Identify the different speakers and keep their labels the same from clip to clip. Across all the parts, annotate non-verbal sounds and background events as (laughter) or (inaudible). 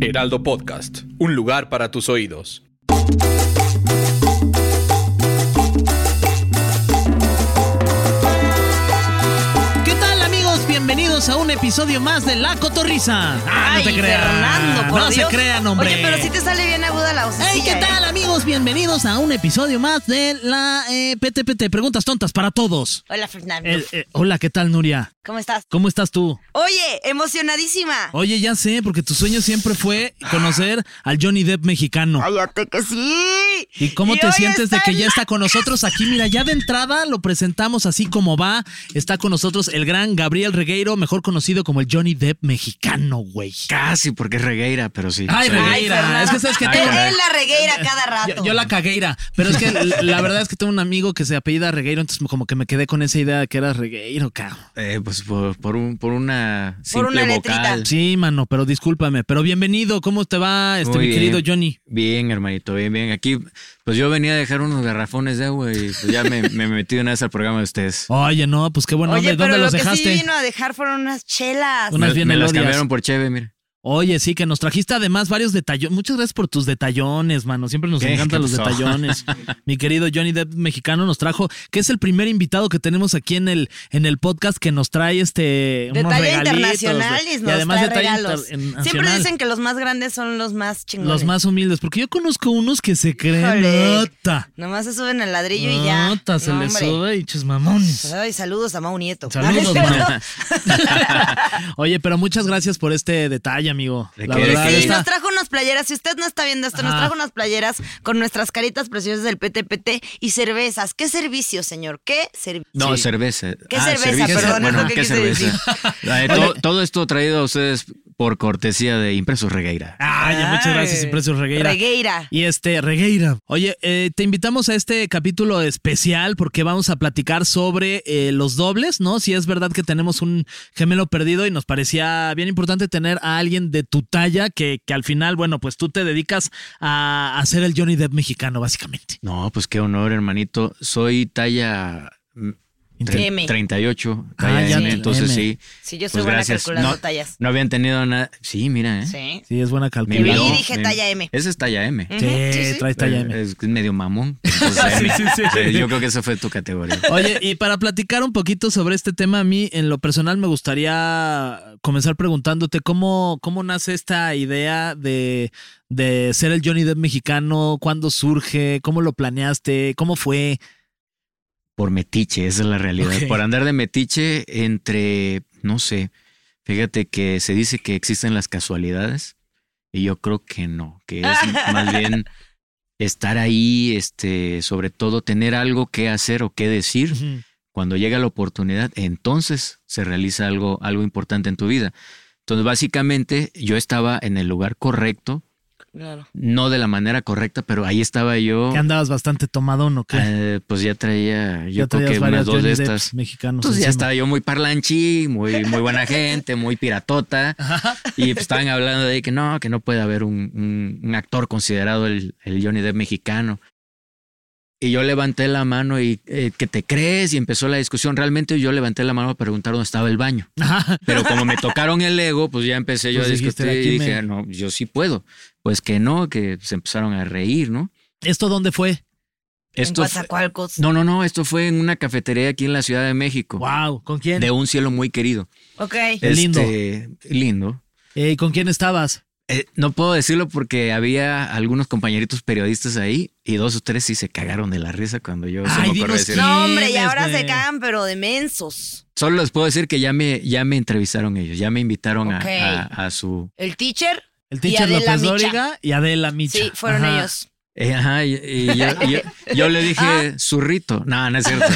Speaker 1: Heraldo Podcast, un lugar para tus oídos.
Speaker 2: ¿Qué tal amigos? Bienvenidos a un episodio más de La Cotorrisa. Ah,
Speaker 3: Ay,
Speaker 2: no te crean.
Speaker 3: Fernando, por
Speaker 2: no
Speaker 3: Dios.
Speaker 2: se crean, hombre.
Speaker 3: Oye, pero si te sale bien aguda la vocecilla.
Speaker 2: Hey, ¿qué
Speaker 3: ¿eh?
Speaker 2: tal amigos? Bienvenidos a un episodio más de la eh, PTPT, preguntas tontas para todos.
Speaker 3: Hola, Fernando.
Speaker 2: Eh, eh, hola, ¿qué tal Nuria?
Speaker 3: ¿Cómo estás?
Speaker 2: ¿Cómo estás tú?
Speaker 3: Oye, emocionadísima.
Speaker 2: Oye, ya sé, porque tu sueño siempre fue conocer al Johnny Depp mexicano.
Speaker 3: Cállate que sí.
Speaker 2: ¿Y cómo te
Speaker 3: hoy
Speaker 2: sientes de
Speaker 3: está
Speaker 2: que ya
Speaker 3: en
Speaker 2: está con nosotros aquí? Mira, ya de entrada lo presentamos así como va. Está con nosotros el gran Gabriel Regueiro, mejor conocido como el Johnny Depp mexicano, güey.
Speaker 4: Casi, porque es regueira, pero sí.
Speaker 2: Ay,
Speaker 4: Sí.
Speaker 3: la- Ay,
Speaker 2: Regueira,
Speaker 3: Fernando.
Speaker 2: es que sabes que
Speaker 3: Él-
Speaker 2: tengo-
Speaker 3: Él la regueira cada rato.
Speaker 2: Yo, yo la cagueira, pero es que l- la verdad es que tengo un amigo que se apellida Regueiro, entonces como que me quedé con esa idea de que era Regueiro, cabrón.
Speaker 4: Eh, pues por, por un, por una simple
Speaker 3: una letrita.
Speaker 4: vocal.
Speaker 2: Sí, mano, pero discúlpame, pero bienvenido, ¿cómo te va este
Speaker 4: Muy
Speaker 2: mi querido
Speaker 4: bien.
Speaker 2: Johnny?
Speaker 4: Bien, hermanito, bien, bien. Aquí, pues yo venía a dejar unos garrafones de agua y pues, ya
Speaker 2: (laughs)
Speaker 4: me, me metí de una vez al programa de ustedes.
Speaker 2: Oye, no, pues qué bueno,
Speaker 3: Oye,
Speaker 2: ¿dónde,
Speaker 3: pero
Speaker 2: dónde
Speaker 3: lo
Speaker 2: los
Speaker 3: que
Speaker 2: dejaste?
Speaker 3: sí vino a dejar fueron unas chelas.
Speaker 2: Unas
Speaker 4: me,
Speaker 2: bien
Speaker 4: me las
Speaker 2: melodias.
Speaker 4: cambiaron por cheve, mira.
Speaker 2: Oye, sí, que nos trajiste además varios detallones. Muchas gracias por tus detallones, mano. Siempre nos
Speaker 4: ¿Qué?
Speaker 2: encantan
Speaker 4: ¿Qué
Speaker 2: los
Speaker 4: pasó? (laughs)
Speaker 2: detallones. Mi querido Johnny Depp mexicano nos trajo, que es el primer invitado que tenemos aquí en el, en el podcast que nos trae este. unos
Speaker 3: Detalle
Speaker 2: regalitos,
Speaker 3: internacional y
Speaker 2: de-
Speaker 3: nos trae
Speaker 2: detalle
Speaker 3: regalos.
Speaker 2: inter- en-
Speaker 3: Siempre
Speaker 2: nacional.
Speaker 3: dicen que los más grandes son los más chingones.
Speaker 2: Los más humildes, porque yo conozco unos que se creen
Speaker 3: Híjole.
Speaker 2: nota.
Speaker 3: Nomás se suben al ladrillo y ya.
Speaker 2: Nota, se
Speaker 3: No,
Speaker 2: les
Speaker 3: hombre.
Speaker 2: sube y chis mamones.
Speaker 3: Ay, saludos a Mau
Speaker 2: (laughs)
Speaker 3: Nieto. (laughs)
Speaker 2: Saludos,
Speaker 3: No, no es cierto.
Speaker 2: Mau. (laughs) Oye, pero muchas gracias por este detalle, amigo.
Speaker 4: ¿De
Speaker 2: La
Speaker 4: qué? ¿De
Speaker 2: verdad,
Speaker 4: qué?
Speaker 3: Sí,
Speaker 2: está-
Speaker 3: nos trajo unas playeras. Si usted no está viendo esto, nos
Speaker 2: Ajá.
Speaker 3: trajo unas playeras con nuestras caritas preciosas del PTPT y cervezas. ¿Qué servicio, señor? ¿Qué servicio?
Speaker 4: No, cerveza. Ah,
Speaker 3: ¿Qué cerveza? Perdón, es lo que
Speaker 4: ¿qué
Speaker 3: quise
Speaker 4: cerveza? (laughs) Eh, to-
Speaker 2: Oye.
Speaker 4: todo esto traído a ustedes por cortesía de Impresos Regueira.
Speaker 2: Ay, Ah, muchas gracias,
Speaker 3: Ay.
Speaker 2: Impresos Regueira.
Speaker 3: Regueira.
Speaker 2: Y este, Regueira. Oye, eh, te invitamos a este capítulo especial porque vamos a platicar sobre eh, los dobles, ¿no? Si es verdad que tenemos un gemelo perdido y nos parecía bien importante tener a alguien de tu talla que, que al final, bueno, pues tú te dedicas a, hacer el Johnny Depp mexicano, básicamente.
Speaker 4: No, pues qué honor, hermanito. Soy talla mm, tre-
Speaker 3: M.
Speaker 4: 38,
Speaker 2: Ah,
Speaker 4: talla
Speaker 2: ya
Speaker 4: M,
Speaker 2: te-
Speaker 4: entonces
Speaker 2: M.
Speaker 4: sí.
Speaker 3: Sí, yo soy
Speaker 4: Pues
Speaker 3: buena
Speaker 4: gracias.
Speaker 3: calculando
Speaker 4: no,
Speaker 3: tallas.
Speaker 4: No habían tenido nada. Sí, mira, ¿eh?
Speaker 3: Sí.
Speaker 2: Sí, es buena
Speaker 4: Me
Speaker 3: Y
Speaker 2: calculación.
Speaker 3: vi,
Speaker 4: miró,
Speaker 3: dije
Speaker 4: me-
Speaker 3: talla M.
Speaker 4: Esa es talla M.
Speaker 2: Sí,
Speaker 3: Sí, sí.
Speaker 2: traes talla M.
Speaker 4: Es medio mamón.
Speaker 2: (laughs)
Speaker 4: entonces,
Speaker 2: Sí, sí, sí.
Speaker 4: eh, Yo creo que esa fue tu categoría.
Speaker 2: Oye, y para platicar un poquito sobre este tema, a mí en lo personal me gustaría comenzar preguntándote cómo, cómo nace esta idea de, de ser el Johnny Depp mexicano, cuándo surge, cómo lo planeaste, cómo fue.
Speaker 4: Por metiche, esa es la realidad.
Speaker 2: Ok.
Speaker 4: Por andar de metiche entre, no sé, fíjate que se dice que existen las casualidades y yo creo que no,
Speaker 2: (laughs)
Speaker 4: que es más bien estar ahí, este, sobre todo tener algo que hacer o que decir. cuando llega la oportunidad, entonces se realiza algo, algo importante en tu vida. Entonces, básicamente, yo estaba en el lugar correcto,
Speaker 3: Claro.
Speaker 4: no de la manera correcta, pero ahí estaba yo.
Speaker 2: Que andabas bastante tomadón, ¿o qué?
Speaker 4: Eh, pues ya traía,
Speaker 2: Ya
Speaker 4: yo creo que
Speaker 2: traías
Speaker 4: unas
Speaker 2: varios
Speaker 4: dos
Speaker 2: Johnny
Speaker 4: de
Speaker 2: Depps
Speaker 4: estas.
Speaker 2: mexicanos.
Speaker 4: Entonces ya
Speaker 2: encima.
Speaker 4: estaba yo muy parlanchi, muy,
Speaker 2: (laughs)
Speaker 4: muy buena gente, muy piratota. Y pues estaban hablando de que no, que no puede haber un, un- un actor considerado el, el Johnny Depp mexicano. Y yo levanté la mano y eh, que te crees y empezó la discusión. Realmente yo levanté la mano para preguntar dónde estaba el baño.
Speaker 2: Ajá.
Speaker 4: Pero
Speaker 2: (laughs)
Speaker 4: como (laughs) me tocaron el ego, pues ya empecé yo
Speaker 2: Pues
Speaker 4: a
Speaker 2: dijiste,
Speaker 4: discutir
Speaker 2: "Aquí
Speaker 4: y
Speaker 2: me-".
Speaker 4: dije, no, yo sí puedo. Pues que no, que se empezaron a reír, ¿no?
Speaker 2: ¿Esto dónde fue?
Speaker 3: Esto
Speaker 4: Esto, eh,
Speaker 3: en Coatzacoalcos.
Speaker 4: no, no, no, esto fue en una cafetería aquí en la Ciudad de México.
Speaker 2: Wow, ¿con quién?
Speaker 4: Pues, De un cielo muy querido.
Speaker 3: Ok.
Speaker 2: Qué lindo.
Speaker 4: Este, lindo.
Speaker 2: Eh, ¿Con quién estabas?
Speaker 4: Eh, no puedo decirlo porque había algunos compañeritos periodistas ahí y dos o tres sí se cagaron de la risa cuando yo se
Speaker 2: Ay,
Speaker 4: me ocurrió
Speaker 2: dinos
Speaker 4: decir.
Speaker 2: quién.
Speaker 3: No, hombre, y ahora
Speaker 2: güey.
Speaker 3: se cagan, pero de mensos.
Speaker 4: Solo les puedo decir que ya me, ya me entrevistaron ellos, ya me invitaron a-
Speaker 3: Ok.
Speaker 4: a, a su.
Speaker 3: El teacher,
Speaker 2: El
Speaker 3: Y
Speaker 2: teacher
Speaker 3: Adela
Speaker 2: López
Speaker 3: Micha.
Speaker 2: Dóriga y Adela Micha.
Speaker 3: sí, fueron
Speaker 2: Ajá.
Speaker 3: ellos.
Speaker 4: Eh, ajá, y, y yo, y yo- yo le
Speaker 2: Ah.
Speaker 4: dije zurrito. No, no es
Speaker 2: (laughs)
Speaker 4: cierto.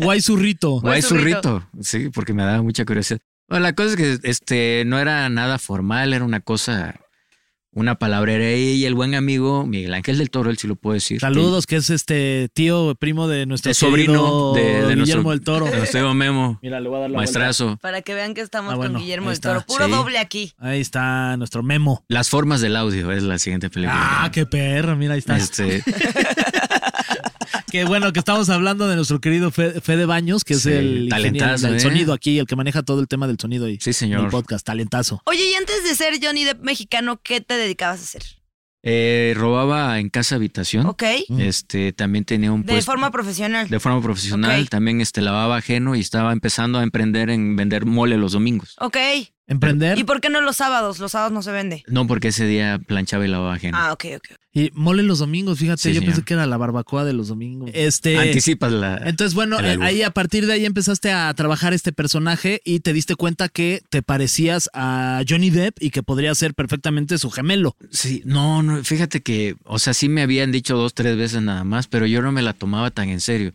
Speaker 2: Guay Zurrito.
Speaker 4: Guay
Speaker 3: zurrito.
Speaker 4: zurrito. Sí, porque me daba mucha curiosidad. Bueno, la cosa es que este, no era nada formal, era una cosa, una palabrera. Y el buen amigo Miguel Ángel del Toro, él sí lo puedo decir.
Speaker 2: Saludos, que es este tío primo de nuestro
Speaker 4: El sobrino
Speaker 2: querido
Speaker 4: de, de
Speaker 2: Guillermo
Speaker 4: nuestro,
Speaker 2: del Toro.
Speaker 4: de nuestro Memo,
Speaker 2: Mira, le voy a dar
Speaker 4: maestrazo.
Speaker 3: Para que vean que estamos
Speaker 2: Ah, bueno,
Speaker 3: con Guillermo
Speaker 2: ahí
Speaker 3: del Toro.
Speaker 2: está.
Speaker 3: Puro
Speaker 4: Sí.
Speaker 3: doble aquí.
Speaker 2: Ahí está nuestro memo.
Speaker 4: Las formas del audio es la siguiente película.
Speaker 2: Ah, qué perro, mira, ahí Ah, está.
Speaker 4: Este,
Speaker 2: Que bueno, que estamos hablando de nuestro querido Fe- Fede Baños, que es
Speaker 4: Sí,
Speaker 2: el
Speaker 4: talentazo,
Speaker 2: talentazo del
Speaker 4: ¿eh?
Speaker 2: sonido aquí, el que maneja todo el tema del sonido y
Speaker 4: Sí,
Speaker 2: del
Speaker 4: señor.
Speaker 2: podcast, talentazo.
Speaker 3: Oye, y antes de ser Johnny Depp mexicano, ¿qué te dedicabas a hacer?
Speaker 4: Eh, robaba en casa habitación.
Speaker 3: ¿Ok?
Speaker 2: Mm.
Speaker 4: Este, también tenía un
Speaker 3: De
Speaker 4: puesto.
Speaker 3: forma profesional.
Speaker 4: Mm. de forma profesional,
Speaker 3: Ok.
Speaker 4: también este, lavaba ajeno y estaba empezando a emprender en vender mole los domingos.
Speaker 3: Ok.
Speaker 2: Emprender
Speaker 3: ¿Y por qué no los sábados? Los sábados no se vende.
Speaker 4: No, porque ese día planchaba y lavaba ajeno.
Speaker 3: Ah, ok, ok.
Speaker 2: y mole los domingos, fíjate,
Speaker 4: Sí,
Speaker 2: yo
Speaker 4: señor.
Speaker 2: pensé que era la barbacoa de los domingos. Este
Speaker 4: Anticipas la.
Speaker 2: Entonces, bueno,
Speaker 4: el
Speaker 2: eh,
Speaker 4: albur.
Speaker 2: ahí a partir de ahí empezaste a trabajar este personaje y te diste cuenta que te parecías a Johnny Depp y que podría ser perfectamente su gemelo.
Speaker 4: Sí, no, no, fíjate que, o sea, sí me habían dicho dos, tres veces nada más, pero yo no me la tomaba tan en serio.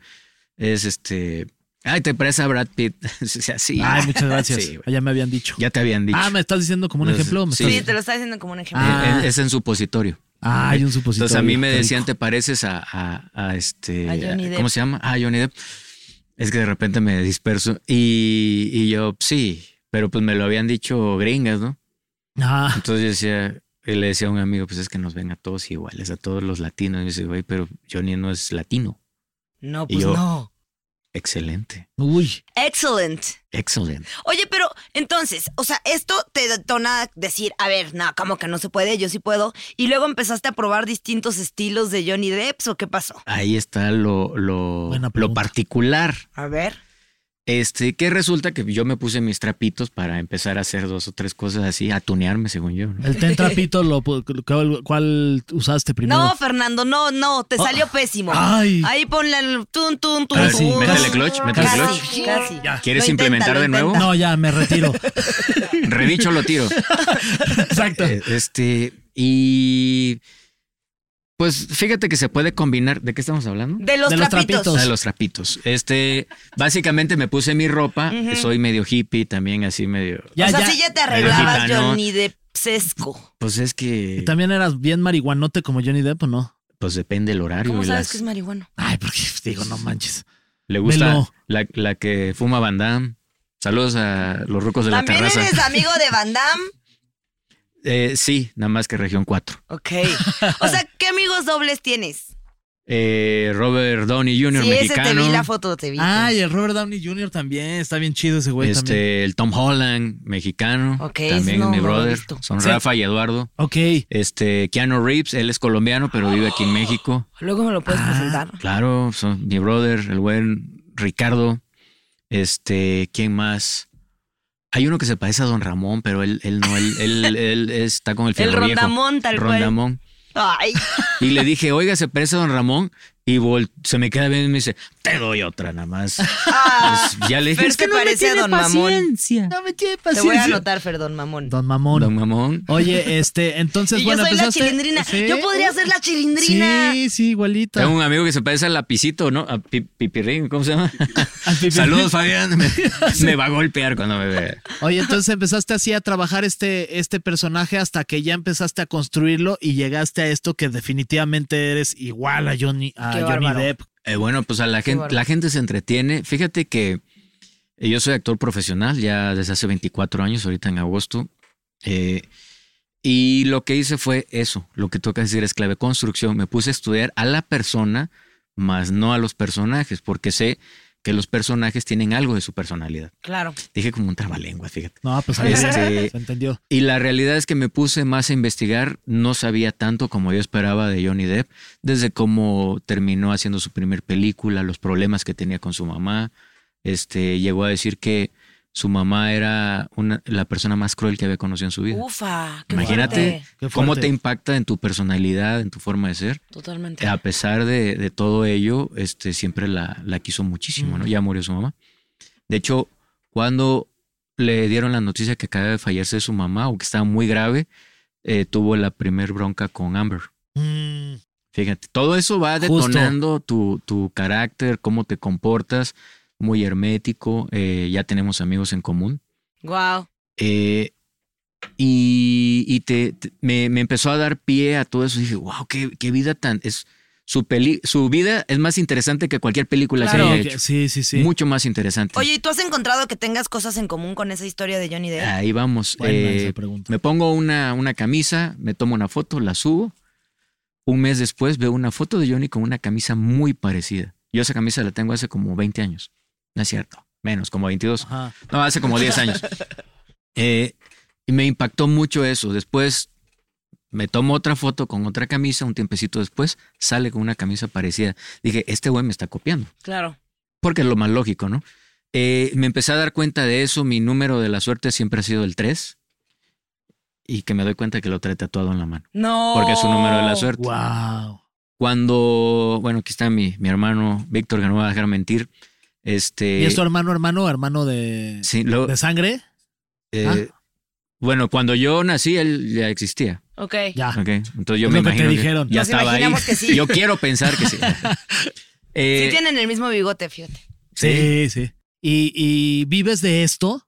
Speaker 4: Es este. Ay, te parece a Brad Pitt. (laughs) O sea, sí.
Speaker 2: Ay, muchas gracias. Ah,
Speaker 4: (laughs) Sí,
Speaker 2: ya me habían dicho.
Speaker 4: ya te habían dicho.
Speaker 2: Ah, me estás diciendo como un
Speaker 4: Entonces,
Speaker 2: ejemplo. ¿Me
Speaker 4: sí.
Speaker 3: Sí,
Speaker 2: estás-
Speaker 3: te lo está diciendo como un ejemplo.
Speaker 2: Ah.
Speaker 4: eh, Es, es en supositorio.
Speaker 2: Ah, hay un supositorio.
Speaker 4: Entonces a mí me
Speaker 2: Qué
Speaker 4: decían,
Speaker 2: rico.
Speaker 4: te pareces a, a- a este.
Speaker 3: A Johnny Depp.
Speaker 4: ¿Cómo se llama? Ah, Johnny Depp. Es que de repente me disperso. Y, y yo, sí, pero pues me lo habían dicho gringas, ¿no?
Speaker 2: Ah,
Speaker 4: Entonces yo decía, y le decía a un amigo, pues es que nos ven a todos iguales, a todos los latinos. Y dice, güey, pero Johnny no es latino.
Speaker 3: No,
Speaker 4: Y
Speaker 3: pues
Speaker 4: yo-
Speaker 3: no.
Speaker 4: Excelente,
Speaker 2: uy.
Speaker 3: Excellent.
Speaker 4: excelente.
Speaker 3: Oye, pero entonces, o sea, esto te detona decir, a ver, no, como que no se puede, yo sí puedo. Y luego empezaste a probar distintos estilos de Johnny Depp, ¿o qué pasó?
Speaker 4: Ahí está lo, lo,
Speaker 2: Buena
Speaker 4: lo
Speaker 2: pregunta.
Speaker 4: particular.
Speaker 3: A ver.
Speaker 4: Este, que resulta que yo me puse mis trapitos para empezar a hacer dos o tres cosas así, a tunearme, según yo. ¿no?
Speaker 2: El ten
Speaker 4: (laughs)
Speaker 2: trapito, lo, pu- ¿cuál, cuál usaste primero?
Speaker 3: No, Fernando, no, no, te salió pésimo.
Speaker 2: Ay.
Speaker 3: Ahí ponle el tun, tun, tun.
Speaker 2: Ah, sí.
Speaker 3: tun.
Speaker 4: Métele clutch, métele
Speaker 3: Casi,
Speaker 4: clutch.
Speaker 3: Casi.
Speaker 4: ¿Quieres
Speaker 3: Lo intenta,
Speaker 4: implementar
Speaker 3: lo
Speaker 4: de nuevo?
Speaker 3: intenta.
Speaker 2: No, ya me
Speaker 4: (laughs)
Speaker 2: retiro.
Speaker 4: Redicho lo tiro.
Speaker 2: (laughs) Exacto.
Speaker 4: Eh, Este, y pues fíjate que se puede combinar. ¿De qué estamos hablando?
Speaker 3: De los,
Speaker 2: De los
Speaker 3: trapitos.
Speaker 2: trapitos.
Speaker 4: Ah, de los trapitos. Este, básicamente me puse mi ropa.
Speaker 3: Ujú.
Speaker 4: Soy medio hippie también, así medio.
Speaker 2: Ya,
Speaker 3: o sea,
Speaker 2: ya.
Speaker 3: sí ya te arreglabas,
Speaker 4: Gitano.
Speaker 3: Johnny Depp sesco.
Speaker 4: Pues es que.
Speaker 2: ¿Y también eras bien marihuanote como Johnny Depp o no?
Speaker 4: Pues depende el horario.
Speaker 3: ¿Cómo
Speaker 4: y
Speaker 3: sabes
Speaker 4: las-
Speaker 3: que es marihuano?
Speaker 2: Ay, porque digo, no manches.
Speaker 4: Le gusta
Speaker 2: Velo.
Speaker 4: la, la que fuma bandán. Saludos a los rucos de la
Speaker 3: También
Speaker 4: terraza.
Speaker 3: eres amigo de Van Damme.
Speaker 4: Eh, sí, nada más que región 4.
Speaker 3: (laughs) Ok. O sea, ¿qué amigos dobles tienes?
Speaker 4: Eh, Robert Downey Jr.
Speaker 3: sí,
Speaker 4: mexicano.
Speaker 3: ese te vi la foto, te vi.
Speaker 2: Ay, Ah, el Robert Downey Jr. también. Está bien chido ese güey
Speaker 4: este,
Speaker 2: también.
Speaker 4: el Tom Holland, mexicano.
Speaker 3: Ok,
Speaker 4: también
Speaker 3: no,
Speaker 4: mi
Speaker 3: no lo he
Speaker 4: brother.
Speaker 3: visto.
Speaker 4: Son
Speaker 2: Sí.
Speaker 4: Rafa y Eduardo.
Speaker 2: Ok.
Speaker 4: Este, Keanu Reeves, él es colombiano, pero
Speaker 3: Ah.
Speaker 4: vive aquí en México.
Speaker 3: Luego me lo
Speaker 4: Ah.
Speaker 3: puedes presentar.
Speaker 4: Claro, son mi brother, el buen Ricardo. Este, ¿quién más? Hay uno que se parece a Don Ramón, pero él, él no, él, él, él está con el
Speaker 3: El
Speaker 4: fierro viejo.
Speaker 3: rondamón, tal cual.
Speaker 4: Rondamón. (laughs)
Speaker 3: Ay,
Speaker 4: Y le dije, oiga, se parece a Don Ramón. Y vol- se me queda bien y me dice, te doy otra nada más.
Speaker 3: ah,
Speaker 4: Pues ya le dije,
Speaker 3: Fer,
Speaker 4: es que
Speaker 3: ¿te
Speaker 4: no me
Speaker 3: parece a
Speaker 4: tiene
Speaker 3: Don Mamón?
Speaker 4: paciencia.
Speaker 2: No me tiene
Speaker 3: te voy a
Speaker 2: paciencia.
Speaker 3: anotar, Fer, don Mamón.
Speaker 2: Don Mamón.
Speaker 4: Don Mamón.
Speaker 2: Oye, este, entonces,
Speaker 3: y yo
Speaker 2: bueno,
Speaker 3: soy
Speaker 4: pues,
Speaker 3: la
Speaker 2: empezaste.
Speaker 3: chilindrina.
Speaker 2: Sí.
Speaker 3: Yo podría ser la chilindrina.
Speaker 2: Sí, sí, igualita.
Speaker 4: Tengo un amigo que se parece al lapicito, ¿no? A Pi- Pipirrín, ¿cómo se llama?
Speaker 2: Al Pipi.
Speaker 4: Saludos, Fabián. Me, me va a golpear cuando me vea.
Speaker 2: Oye, entonces empezaste así a trabajar este, este personaje hasta que ya empezaste a construirlo y llegaste a esto que definitivamente eres igual a Johnny, a
Speaker 3: Qué
Speaker 2: Johnny
Speaker 3: bárbaro.
Speaker 2: Depp.
Speaker 4: Eh, bueno, pues a la gente,
Speaker 3: bárbaro.
Speaker 4: la gente se entretiene. Fíjate que eh, yo soy actor profesional ya desde hace 24 años, ahorita en agosto. Eh, y lo que hice fue eso, lo que toca decir es clave construcción. Me puse a estudiar a la persona, más no a los personajes, porque sé que los personajes tienen algo de su personalidad.
Speaker 3: Claro.
Speaker 4: Dije como un trabalenguas, fíjate.
Speaker 2: No, pues ahí
Speaker 4: Este-
Speaker 2: (laughs) se entendió.
Speaker 4: Y la realidad es que me puse más a investigar, no sabía tanto como yo esperaba de Johnny Depp, desde cómo terminó haciendo su primer película, los problemas que tenía con su mamá, este llegó a decir que su mamá era una- la persona más cruel que había conocido en su vida.
Speaker 3: Ufa, qué
Speaker 4: Imagínate
Speaker 3: fuerte.
Speaker 2: Uh. Qué fuerte.
Speaker 4: cómo te impacta en tu personalidad, en tu forma de ser.
Speaker 3: Totalmente.
Speaker 4: A pesar de, de todo ello, este, siempre la, la quiso muchísimo, ¿no?
Speaker 2: Ujú.
Speaker 4: Ya murió su mamá. De hecho, cuando le dieron la noticia que acaba de fallarse su mamá o que estaba muy grave, eh, tuvo la primer bronca con Amber.
Speaker 2: Mm,
Speaker 4: Fíjate, todo eso va
Speaker 2: Justo.
Speaker 4: detonando tu, tu carácter, cómo te comportas, muy hermético, eh, ya tenemos amigos en común.
Speaker 3: Wow.
Speaker 4: Eh, y y te, te- me, me empezó a dar pie a todo eso. Dije, wow, qué, qué vida tan. Es, su, peli, su vida es más interesante que cualquier película
Speaker 2: claro,
Speaker 4: que haya
Speaker 2: que-
Speaker 4: hecho.
Speaker 2: Mm. sí, sí, sí.
Speaker 4: Mucho más interesante.
Speaker 3: Oye, ¿y tú has encontrado que tengas cosas en común con esa historia de Johnny Depp?
Speaker 4: Ahí vamos.
Speaker 2: Buena
Speaker 4: Eh,
Speaker 2: esa pregunta.
Speaker 4: me pongo una, una camisa, me tomo una foto, la subo. Un mes después veo una foto de Johnny con una camisa muy parecida. Yo esa camisa la tengo hace como 20 años. No es cierto. Menos, como 22.
Speaker 2: Ajá.
Speaker 4: No, hace como 10 años. Eh, y me impactó mucho eso. Después me tomo otra foto con otra camisa, un tiempecito después sale con una camisa parecida. Dije, este güey me está copiando,
Speaker 3: Claro.
Speaker 4: porque es lo más lógico, ¿no? Eh, me empecé a dar cuenta de eso, mi número de la suerte siempre ha sido el 3 y que me doy cuenta que lo trae tatuado en la mano,
Speaker 3: No.
Speaker 4: porque es un número de la
Speaker 2: Oh,
Speaker 4: suerte.
Speaker 2: Wow.
Speaker 4: Cuando, bueno, aquí está mi, mi hermano Víctor, que no me va a dejar mentir. Este,
Speaker 2: ¿Y es tu hermano, hermano, hermano de,
Speaker 4: sí, lo-
Speaker 2: de sangre?
Speaker 3: Ah.
Speaker 4: eh, Bueno, cuando yo nací, él ya existía.
Speaker 3: Ok.
Speaker 2: Ya.
Speaker 4: Ok, entonces yo
Speaker 2: Ah. Es lo que te
Speaker 4: me imagino que
Speaker 2: dijeron.
Speaker 4: ya
Speaker 3: Nos
Speaker 4: estaba ahí.
Speaker 3: imaginamos que sí.
Speaker 4: Yo quiero pensar
Speaker 3: (laughs)
Speaker 4: que sí. Eh,
Speaker 3: Sí tienen el mismo bigote, fíjate.
Speaker 4: sí.
Speaker 2: Sí, sí. ¿Y, y vives de esto?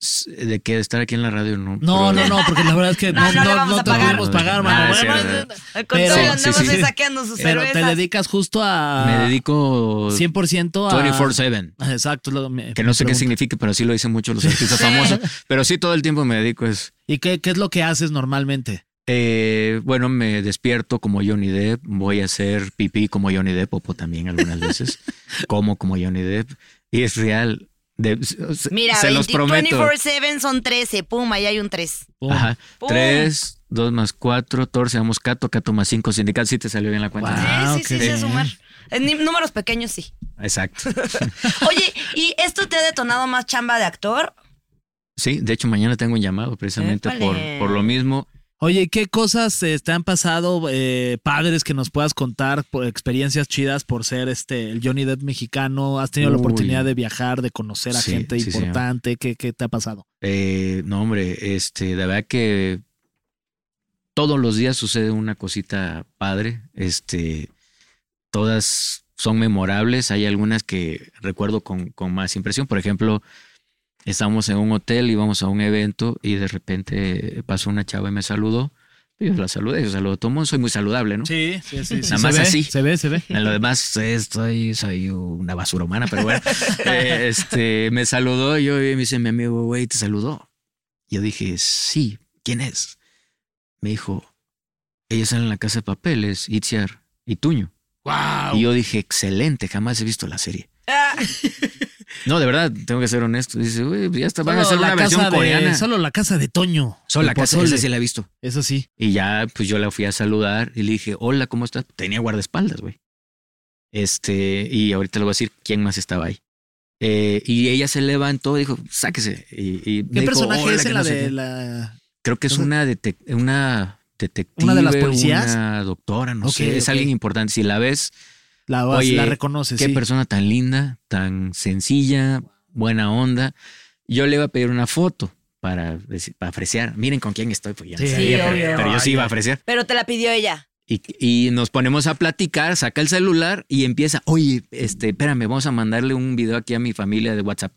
Speaker 4: S- De que estar aquí en la radio no.
Speaker 2: No, no,
Speaker 4: pero-
Speaker 2: no, porque la verdad es que
Speaker 3: (laughs) No,
Speaker 2: no,
Speaker 3: no
Speaker 2: no,
Speaker 3: le vamos
Speaker 2: no
Speaker 3: a
Speaker 2: te
Speaker 3: pagar. Ah,
Speaker 2: podemos pagar,
Speaker 4: No,
Speaker 2: mano.
Speaker 4: es
Speaker 2: Bueno,
Speaker 4: cierto.
Speaker 2: bueno,
Speaker 3: Al
Speaker 2: Pero-
Speaker 3: contrario,
Speaker 4: Sí,
Speaker 3: andamos
Speaker 4: sí, sí.
Speaker 3: ahí saqueando sus
Speaker 2: Pero te
Speaker 3: cervezas.
Speaker 2: dedicas justo a.
Speaker 4: Me dedico
Speaker 2: 100% Ah, a.
Speaker 4: 24-7.
Speaker 2: Exacto. es lo me-
Speaker 4: Que no
Speaker 2: me
Speaker 4: sé qué
Speaker 2: pregunto.
Speaker 4: significa, pero sí lo dicen muchos los artistas
Speaker 3: Sí.
Speaker 4: famosos. Pero sí, todo el tiempo me dedico es.
Speaker 2: ¿Y qué, qué es lo que haces normalmente?
Speaker 4: eh, bueno, me despierto como Johnny Depp, voy a hacer pipí como Johnny Depp, popo también
Speaker 3: (laughs)
Speaker 4: algunas veces, como como Johnny Depp, y es real. De- se-
Speaker 3: Mira,
Speaker 4: se los
Speaker 3: 20
Speaker 4: prometo.
Speaker 3: 24-7 son 13. Pum, ahí hay un 3.
Speaker 2: Pum.
Speaker 4: Ajá.
Speaker 3: Pum.
Speaker 4: 3, 2 más 4, 14, vamos, Cato, Cato más 5, sindical. Sí te salió bien la cuenta.
Speaker 2: Ah,
Speaker 3: sí, sí,
Speaker 2: ok.
Speaker 3: sí, sí, sumar. En ni- números pequeños, sí.
Speaker 4: Exacto.
Speaker 3: Oye, ¿y esto te ha detonado más chamba de actor?
Speaker 4: Sí, de hecho, mañana tengo un llamado precisamente por,
Speaker 3: Épale.
Speaker 4: por lo mismo.
Speaker 2: Oye, ¿qué cosas eh, te han pasado, eh, padres, que nos puedas contar por experiencias chidas por ser este el Johnny Depp mexicano? ¿Has tenido la
Speaker 4: Uy.
Speaker 2: oportunidad de viajar, de conocer a
Speaker 4: Sí,
Speaker 2: gente
Speaker 4: sí, señor.
Speaker 2: importante? ¿Qué, qué te ha pasado?
Speaker 4: Eh, no, hombre, este, la verdad que todos los días sucede una cosita padre. Este, todas son memorables. Hay algunas que recuerdo con, con más impresión. Por ejemplo, estábamos en un hotel, íbamos a un evento y de repente pasó una chava y me saludó. Yo la saludé, yo saludo a todo el mundo, soy muy saludable, ¿no?
Speaker 2: Sí, sí, sí.
Speaker 4: sí. Nada más
Speaker 2: se
Speaker 4: así.
Speaker 2: Ve, se ve, se ve.
Speaker 4: En lo demás, eh, estoy, soy una basura humana,
Speaker 2: (laughs)
Speaker 4: pero bueno. Eh, este, me saludó y yo y me dice, mi amigo, güey, te saludó. Yo dije, sí, ¿quién es? Me dijo, ellos salen en la casa de papeles, Itziar y Tuño.
Speaker 2: ¡Wow!
Speaker 4: Y yo dije, excelente, jamás he visto la serie.
Speaker 3: Ah,
Speaker 4: No, de verdad, tengo que ser honesto. Dice, güey, pues ya está, van a hacer una versión
Speaker 2: casa
Speaker 4: coreana.
Speaker 2: De, solo la casa de Toño.
Speaker 4: Solo la
Speaker 2: El
Speaker 4: casa,
Speaker 2: pozole.
Speaker 4: esa sí la he visto.
Speaker 2: Eso sí.
Speaker 4: Y ya, pues yo la fui a saludar y le dije, hola, ¿cómo estás? Tenía guardaespaldas, güey. Este, y ahorita le voy a decir quién más estaba ahí. Eh, y ella se levantó y dijo, sáquese. Y, y
Speaker 2: ¿Qué
Speaker 4: me dijo,
Speaker 2: personaje
Speaker 4: "Hola,
Speaker 2: es
Speaker 4: que
Speaker 2: en
Speaker 4: no
Speaker 2: la
Speaker 4: sé
Speaker 2: de
Speaker 4: qué".
Speaker 2: la...?
Speaker 4: Creo que es
Speaker 2: Entonces-
Speaker 4: una, detec- una detective.
Speaker 2: ¿Una de las policías?
Speaker 4: Una doctora, no
Speaker 2: Ok,
Speaker 4: sé. Es
Speaker 2: ok.
Speaker 4: alguien importante. Si la ves,
Speaker 2: La,
Speaker 4: Oye,
Speaker 2: la reconoces,
Speaker 4: Qué
Speaker 2: sí.
Speaker 4: persona tan linda, tan sencilla, buena onda. Yo le iba a pedir una foto para, decir- para apreciar. Miren con quién estoy, pues ya no
Speaker 2: Sí,
Speaker 4: sabía,
Speaker 3: obvio.
Speaker 4: pero, pero yo sí iba a apreciar.
Speaker 3: pero te la pidió ella.
Speaker 4: Y, y nos ponemos a platicar, saca el celular y empieza, oye, este, espérame, vamos a mandarle un video aquí a mi familia de WhatsApp.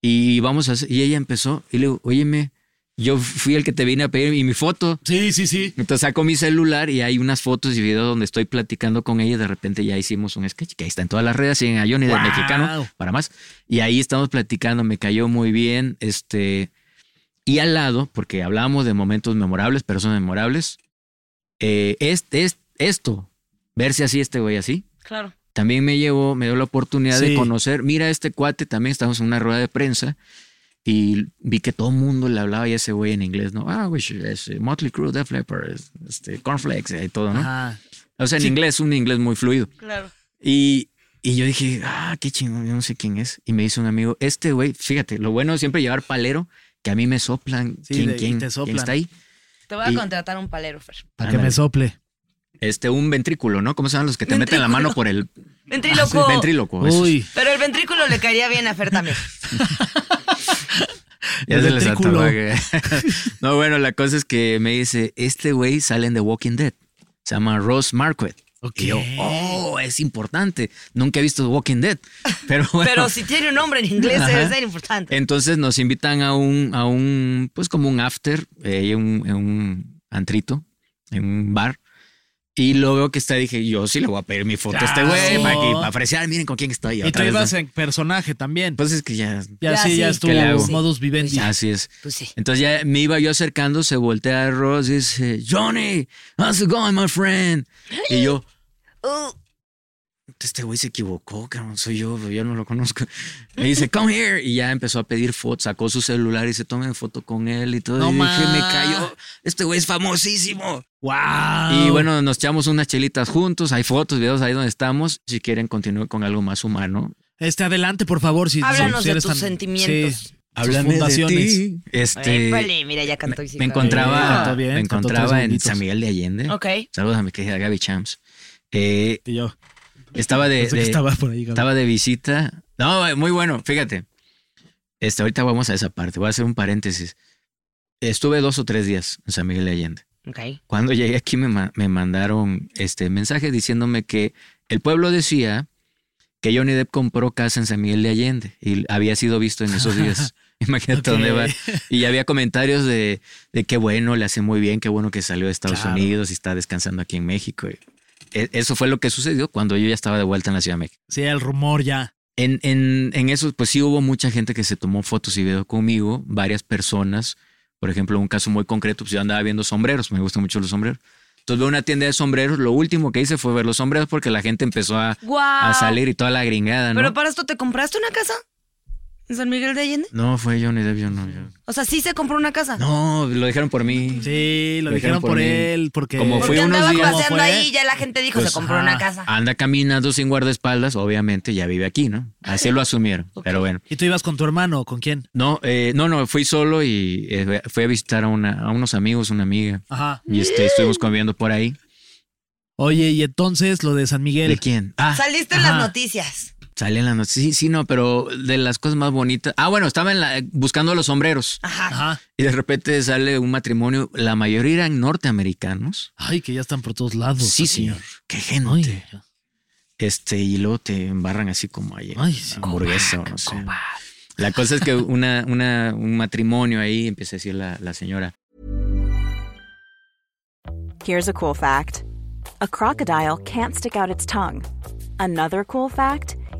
Speaker 4: Y vamos a hacer- y ella empezó, y le digo, óyeme, yo fui el que te vine a pedir y mi foto.
Speaker 2: Sí, sí, sí.
Speaker 4: Entonces saco mi celular y hay unas fotos y videos donde estoy platicando con ella. y De repente ya hicimos un sketch que ahí está en todas las redes, siguen a Johnny del
Speaker 2: Wow.
Speaker 4: Mexicano para más. Y ahí estamos platicando, me cayó muy bien. Este, y al lado, porque hablamos de momentos memorables, personas memorables, eh, este, es- esto, verse así, este güey así,
Speaker 3: Claro.
Speaker 4: también me llevó, me dio la oportunidad
Speaker 2: Sí.
Speaker 4: de conocer. Mira, este cuate también estamos en una rueda de prensa y vi que todo el mundo le hablaba y ese güey en inglés, ¿no? Ah, güey, es eh, Motley Crue, Def Leppard, es, este, Cornflakes eh, y todo, ¿no?
Speaker 2: Ajá.
Speaker 4: O sea, en
Speaker 2: Sí.
Speaker 4: inglés, un inglés muy fluido.
Speaker 3: Claro.
Speaker 4: Y, y yo dije, ah, qué chingón, yo no sé quién es. Y me dice un amigo, este güey, fíjate, lo bueno es siempre llevar palero, que a mí me soplan
Speaker 2: Sí,
Speaker 4: quién,
Speaker 2: de- y
Speaker 4: quién-
Speaker 2: te
Speaker 4: quién
Speaker 2: soplan.
Speaker 4: está ahí.
Speaker 3: Te voy a
Speaker 4: Y-
Speaker 3: contratar un palero, Fer.
Speaker 2: Para que
Speaker 4: Ándale.
Speaker 2: me sople.
Speaker 4: Este, un ventrículo, ¿no? ¿Cómo se llaman los que te meten la mano por
Speaker 2: (laughs)
Speaker 4: el
Speaker 3: Ventríloco.
Speaker 4: Ah, ventríloco? esos.
Speaker 2: Uy.
Speaker 3: pero el ventrículo le caería bien a Fer también.
Speaker 4: Ya
Speaker 2: El
Speaker 4: se les
Speaker 2: ventrículo.
Speaker 4: atoró que- (laughs) No, bueno, la cosa es que me dice, este güey sale en The Walking Dead. Se llama Ross Marquette.
Speaker 2: Ok.
Speaker 4: Y yo, oh, es importante. Nunca he visto The Walking Dead. (laughs) Pero (laughs) bueno.
Speaker 3: Pero si tiene un nombre en inglés,
Speaker 4: Ajá.
Speaker 3: debe ser importante.
Speaker 4: Entonces nos invitan a un, a un, pues como un after, eh, en un, en un antrito, en un bar. Y lo veo que está, dije, yo sí le voy a pedir mi foto a este güey
Speaker 2: Claro.
Speaker 4: para, que- para ofrecer, miren con quién estoy.
Speaker 2: Y
Speaker 4: otra
Speaker 2: tú
Speaker 4: vez,
Speaker 2: ibas
Speaker 4: ¿no?
Speaker 2: en personaje también.
Speaker 4: Pues es que ya,
Speaker 2: ya,
Speaker 3: Ya
Speaker 2: sí, ya
Speaker 3: sí.
Speaker 2: estuvo
Speaker 4: ¿Qué le hago?
Speaker 2: modus vivendi.
Speaker 4: así es.
Speaker 3: Pues sí.
Speaker 4: Entonces ya me iba yo acercando, se voltea Ross y dice, Johnny, how's it going, my friend? Y yo, eh,
Speaker 3: Uh,
Speaker 4: este güey se equivocó, cabrón, soy yo, pero yo no lo conozco. (laughs) Me dice, come here. Y ya empezó a pedir fotos, sacó su celular y se tomó foto con él y todo.
Speaker 2: No
Speaker 4: y dije,
Speaker 2: ma.
Speaker 4: me cayó, este güey es famosísimo.
Speaker 2: Wow.
Speaker 4: Y bueno, nos echamos unas chelitas juntos, hay fotos, videos ahí donde estamos. Si quieren, continúe con algo más humano.
Speaker 2: Este, adelante, por favor. Si,
Speaker 3: Háblanos
Speaker 2: si
Speaker 3: de
Speaker 2: eres
Speaker 3: tus
Speaker 2: tan-
Speaker 3: sentimientos.
Speaker 2: Sí, Háblame de ti.
Speaker 4: Este,
Speaker 3: épale, mira, ya cantó Isidro.
Speaker 4: me encontraba,
Speaker 2: Cantó bien,
Speaker 4: me
Speaker 2: cantó tres
Speaker 4: encontraba en
Speaker 2: segunditos.
Speaker 4: San Miguel de Allende.
Speaker 3: Ok.
Speaker 4: Saludos a mi querida Gaby Champs. Eh,
Speaker 2: y yo.
Speaker 4: estaba de,
Speaker 2: pensé que
Speaker 4: de-
Speaker 2: estaba por ahí, Gaby.
Speaker 4: estaba de visita. No, eh, muy bueno, fíjate. Este, ahorita vamos a esa parte, voy a hacer un paréntesis. Estuve dos o tres días en San Miguel de Allende.
Speaker 3: Ok.
Speaker 4: Cuando llegué aquí me, ma- me mandaron este mensaje diciéndome que el pueblo decía que Johnny Depp compró casa en San Miguel de Allende y había sido visto en
Speaker 2: (laughs)
Speaker 4: esos días. Imagínate
Speaker 2: Ok.
Speaker 4: dónde va. Y ya había comentarios de, de qué bueno, le hace muy bien, qué bueno que salió de Estados
Speaker 2: Claro.
Speaker 4: Unidos y está descansando aquí en México. Y e- Eso fue lo que sucedió cuando yo ya estaba de vuelta en la Ciudad de México.
Speaker 2: Sí, el rumor ya.
Speaker 4: En, en, en eso, pues sí hubo mucha gente que se tomó fotos y videos conmigo, varias personas. Por ejemplo, un caso muy concreto, pues yo andaba viendo sombreros, me gustan mucho los sombreros. Entonces veo una tienda de sombreros, lo último que hice fue ver los sombreros porque la gente empezó a,
Speaker 3: Wow.
Speaker 4: a salir y toda la gringada, ¿no?
Speaker 3: Ah. Pero para esto, ¿te compraste una casa? ¿En San Miguel de Allende?
Speaker 4: No, fue Johnny Depp, yo no. yo-
Speaker 3: O sea, sí se compró una casa.
Speaker 4: No, lo dejaron por mí.
Speaker 2: Sí, lo, dijeron
Speaker 4: Lo dijeron
Speaker 2: por,
Speaker 4: por mí.
Speaker 2: él, porque.
Speaker 4: Como
Speaker 3: Porque
Speaker 4: fui unos
Speaker 3: andaba
Speaker 4: días-
Speaker 3: paseando
Speaker 2: ¿Cómo fue?
Speaker 3: ahí y ya la gente dijo,
Speaker 4: Pues,
Speaker 3: se compró
Speaker 2: ajá.
Speaker 3: una casa.
Speaker 4: Anda caminando sin guardaespaldas, obviamente ya vive aquí, ¿no? Así lo asumieron,
Speaker 3: Ok.
Speaker 4: pero bueno.
Speaker 2: ¿Y tú ibas con tu hermano o con quién?
Speaker 4: No, eh, no, no, fui solo y eh, fui a visitar a, una, a unos amigos, una amiga,
Speaker 2: Ajá.
Speaker 4: y este, estuvimos conviviendo por ahí.
Speaker 2: Oye, y entonces lo de San Miguel.
Speaker 4: ¿De quién? Ah,
Speaker 3: Saliste en
Speaker 2: Ajá.
Speaker 3: las noticias.
Speaker 4: sale en la noche. Sí, sí, no, pero de las cosas más bonitas. Ah, bueno, estaba en la- buscando los sombreros
Speaker 3: Ajá.
Speaker 2: Ajá.
Speaker 4: y de repente sale un matrimonio. La mayoría eran norteamericanos.
Speaker 2: Ay, que ya están por todos lados.
Speaker 4: Sí,
Speaker 2: Ay,
Speaker 4: señor. Qué
Speaker 2: Oh, Ay,
Speaker 4: gente. Este, y luego te embarran así como ahí.
Speaker 2: Ay, sí.
Speaker 4: hamburguesa o no sé. La cosa es que una, una, un matrimonio ahí, empieza a decir la, la señora,
Speaker 5: Here's a cool fact a crocodile can't stick out its tongue. Another cool fact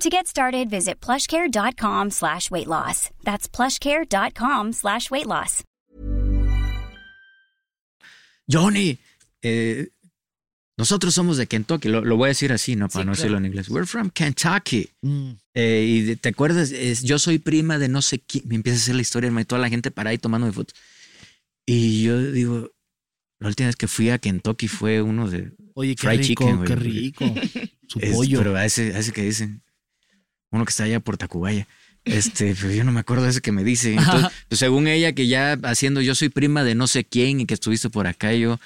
Speaker 6: To get started, visit plushcare.com slash weight loss. That's plushcare.com slash weight loss.
Speaker 4: Johnny, eh, nosotros somos de Kentucky. Lo, lo voy a decir así, ¿no? Para
Speaker 3: Sí,
Speaker 4: no decirlo en inglés. We're from Kentucky.
Speaker 2: Mm.
Speaker 4: Eh, y de- te acuerdas, Es- yo soy prima de no sé quién. Me empieza a hacer la historia, hermano, y toda la gente para ahí tomándome fotos. Y yo digo, la última vez que fui a Kentucky fue uno de.
Speaker 2: Oye, qué
Speaker 4: Fried
Speaker 2: rico,
Speaker 4: chicken, güey.
Speaker 2: qué rico. Su
Speaker 4: es-
Speaker 2: pollo.
Speaker 4: Pero a ese, a ese que dicen, uno que está allá por Tacubaya. Este, (laughs) pero yo no me acuerdo de ese que me dice. Entonces, pues, según ella, que ya haciendo yo soy prima de no sé quién y que estuviste por acá, y yo.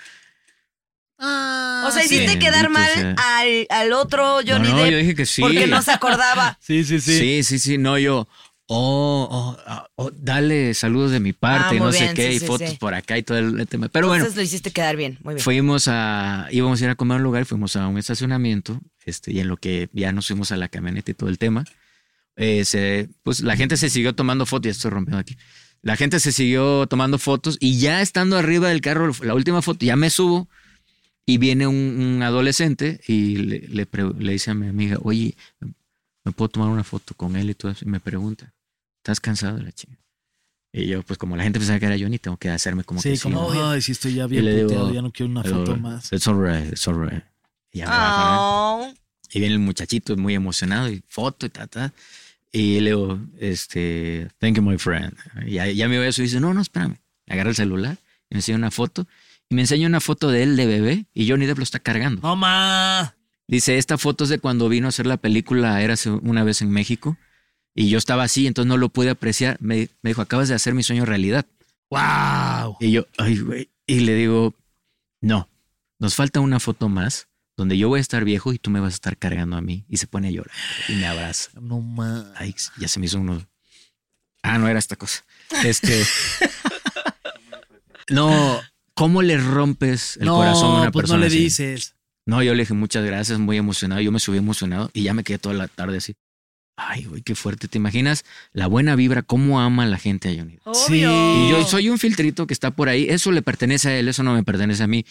Speaker 3: O sea, hiciste
Speaker 4: Ah, sí.
Speaker 3: quedar
Speaker 4: Bendito
Speaker 3: mal
Speaker 4: sea.
Speaker 3: al, al otro Johnny
Speaker 4: no, no, yo
Speaker 3: Depp
Speaker 4: dije que sí.
Speaker 3: porque no se acordaba.
Speaker 2: Sí, sí,
Speaker 4: sí. sí, sí, no, yo. Oh, oh, ah, oh, dale saludos de mi parte,
Speaker 3: Ah, muy
Speaker 4: no sé
Speaker 3: bien,
Speaker 4: qué,
Speaker 3: sí,
Speaker 4: y
Speaker 3: sí,
Speaker 4: fotos
Speaker 3: sí.
Speaker 4: por acá y todo el tema. (laughs) Pero bueno,
Speaker 3: Entonces lo hiciste quedar bien. Muy bien.
Speaker 4: Fuimos a, íbamos a ir a comer a un lugar, fuimos a un estacionamiento, este, y en lo que ya nos fuimos a la camioneta y todo el tema, eh, se- pues la gente se siguió tomando fotos, ya estoy rompiendo aquí, la gente se siguió tomando fotos y ya estando arriba del carro, la última foto, ya me subo y viene un, un adolescente y le, le pre- le dice a mi amiga, oye, ¿me puedo tomar una foto con él y todo eso? Y me pregunta, ¿estás cansado de la chica? Y yo, pues como la gente pensaba que era yo, ni tengo que hacerme como
Speaker 2: Sí,
Speaker 4: que
Speaker 2: como,
Speaker 4: ¿no?
Speaker 2: ay, sí, estoy ya
Speaker 4: Y
Speaker 2: bien
Speaker 4: le digo,
Speaker 2: puteado, ya no quiero una
Speaker 4: Pero,
Speaker 2: foto más.
Speaker 4: It's alright, it's alright. Y ya me bajo, ¿no?
Speaker 3: Oh.
Speaker 4: Y viene el muchachito muy emocionado y foto y ta, ta. Y le digo, este, thank you, my friend. Y ya, ya me voy a subir y dice, no, no, espérame. Agarra el celular y me enseña una foto. Y me enseña una foto de él de bebé y Johnny Depp lo está cargando.
Speaker 2: No ma.
Speaker 4: Dice, esta foto es de cuando vino a hacer la película Érase una vez en México. Y yo estaba así, entonces no lo pude apreciar. Me, me dijo, acabas de hacer mi sueño realidad.
Speaker 2: Wow.
Speaker 4: Y yo, ay, güey. Y le digo, no, nos falta una foto más donde yo voy a estar viejo y tú me vas a estar cargando a mí. Y se pone a llorar y me abraza.
Speaker 2: No ma.
Speaker 4: Ay, ya se me hizo uno. Ah, no era esta cosa. Este. (laughs) no, ¿cómo le rompes el
Speaker 2: no,
Speaker 4: corazón a una
Speaker 2: pues
Speaker 4: persona?
Speaker 2: no le
Speaker 4: así?
Speaker 2: dices.
Speaker 4: No, yo le dije muchas gracias, muy emocionado. Yo me subí emocionado y ya me quedé toda la tarde así. Ay, güey, qué fuerte. ¿Te imaginas la buena vibra? ¿Cómo ama la gente a Johnny? Depp?
Speaker 2: Sí.
Speaker 3: Oh, Obvio.
Speaker 4: Y yo soy un filtrito que está por ahí. Eso le pertenece a él, eso no me pertenece a mí.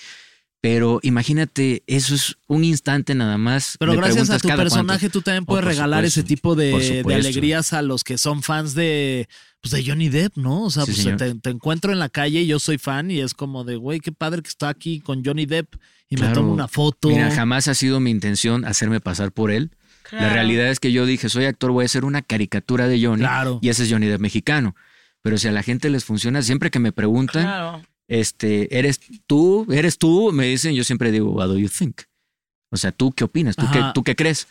Speaker 4: Pero imagínate, eso es un instante nada más.
Speaker 2: Pero
Speaker 4: Me
Speaker 2: gracias a
Speaker 4: preguntas
Speaker 2: tu
Speaker 4: cada cuánto.
Speaker 2: personaje tú también
Speaker 4: Oh,
Speaker 2: puedes
Speaker 4: por
Speaker 2: regalar
Speaker 4: supuesto,
Speaker 2: ese tipo de,
Speaker 4: por
Speaker 2: de
Speaker 4: supuesto.
Speaker 2: alegrías a los que son fans de, pues de Johnny Depp, ¿no? O sea,
Speaker 4: Sí,
Speaker 2: pues,
Speaker 4: señor.
Speaker 2: te, te encuentro en la calle y yo soy fan y es como de, güey, qué padre que está aquí con Johnny Depp y me
Speaker 4: Claro.
Speaker 2: tomo una foto.
Speaker 4: Mira, jamás ha sido mi intención hacerme pasar por él. La
Speaker 3: Claro.
Speaker 4: realidad es que yo dije, soy actor, voy a hacer una caricatura de Johnny.
Speaker 2: Claro.
Speaker 4: Y ese es Johnny Depp mexicano. Pero si a la gente les funciona, siempre que me preguntan,
Speaker 3: Claro.
Speaker 4: este, ¿eres tú? ¿Eres tú? Me dicen, yo siempre digo, what do you think? O sea, ¿tú qué opinas? ¿Tú, qué,
Speaker 2: Ajá.
Speaker 4: ¿Tú qué crees?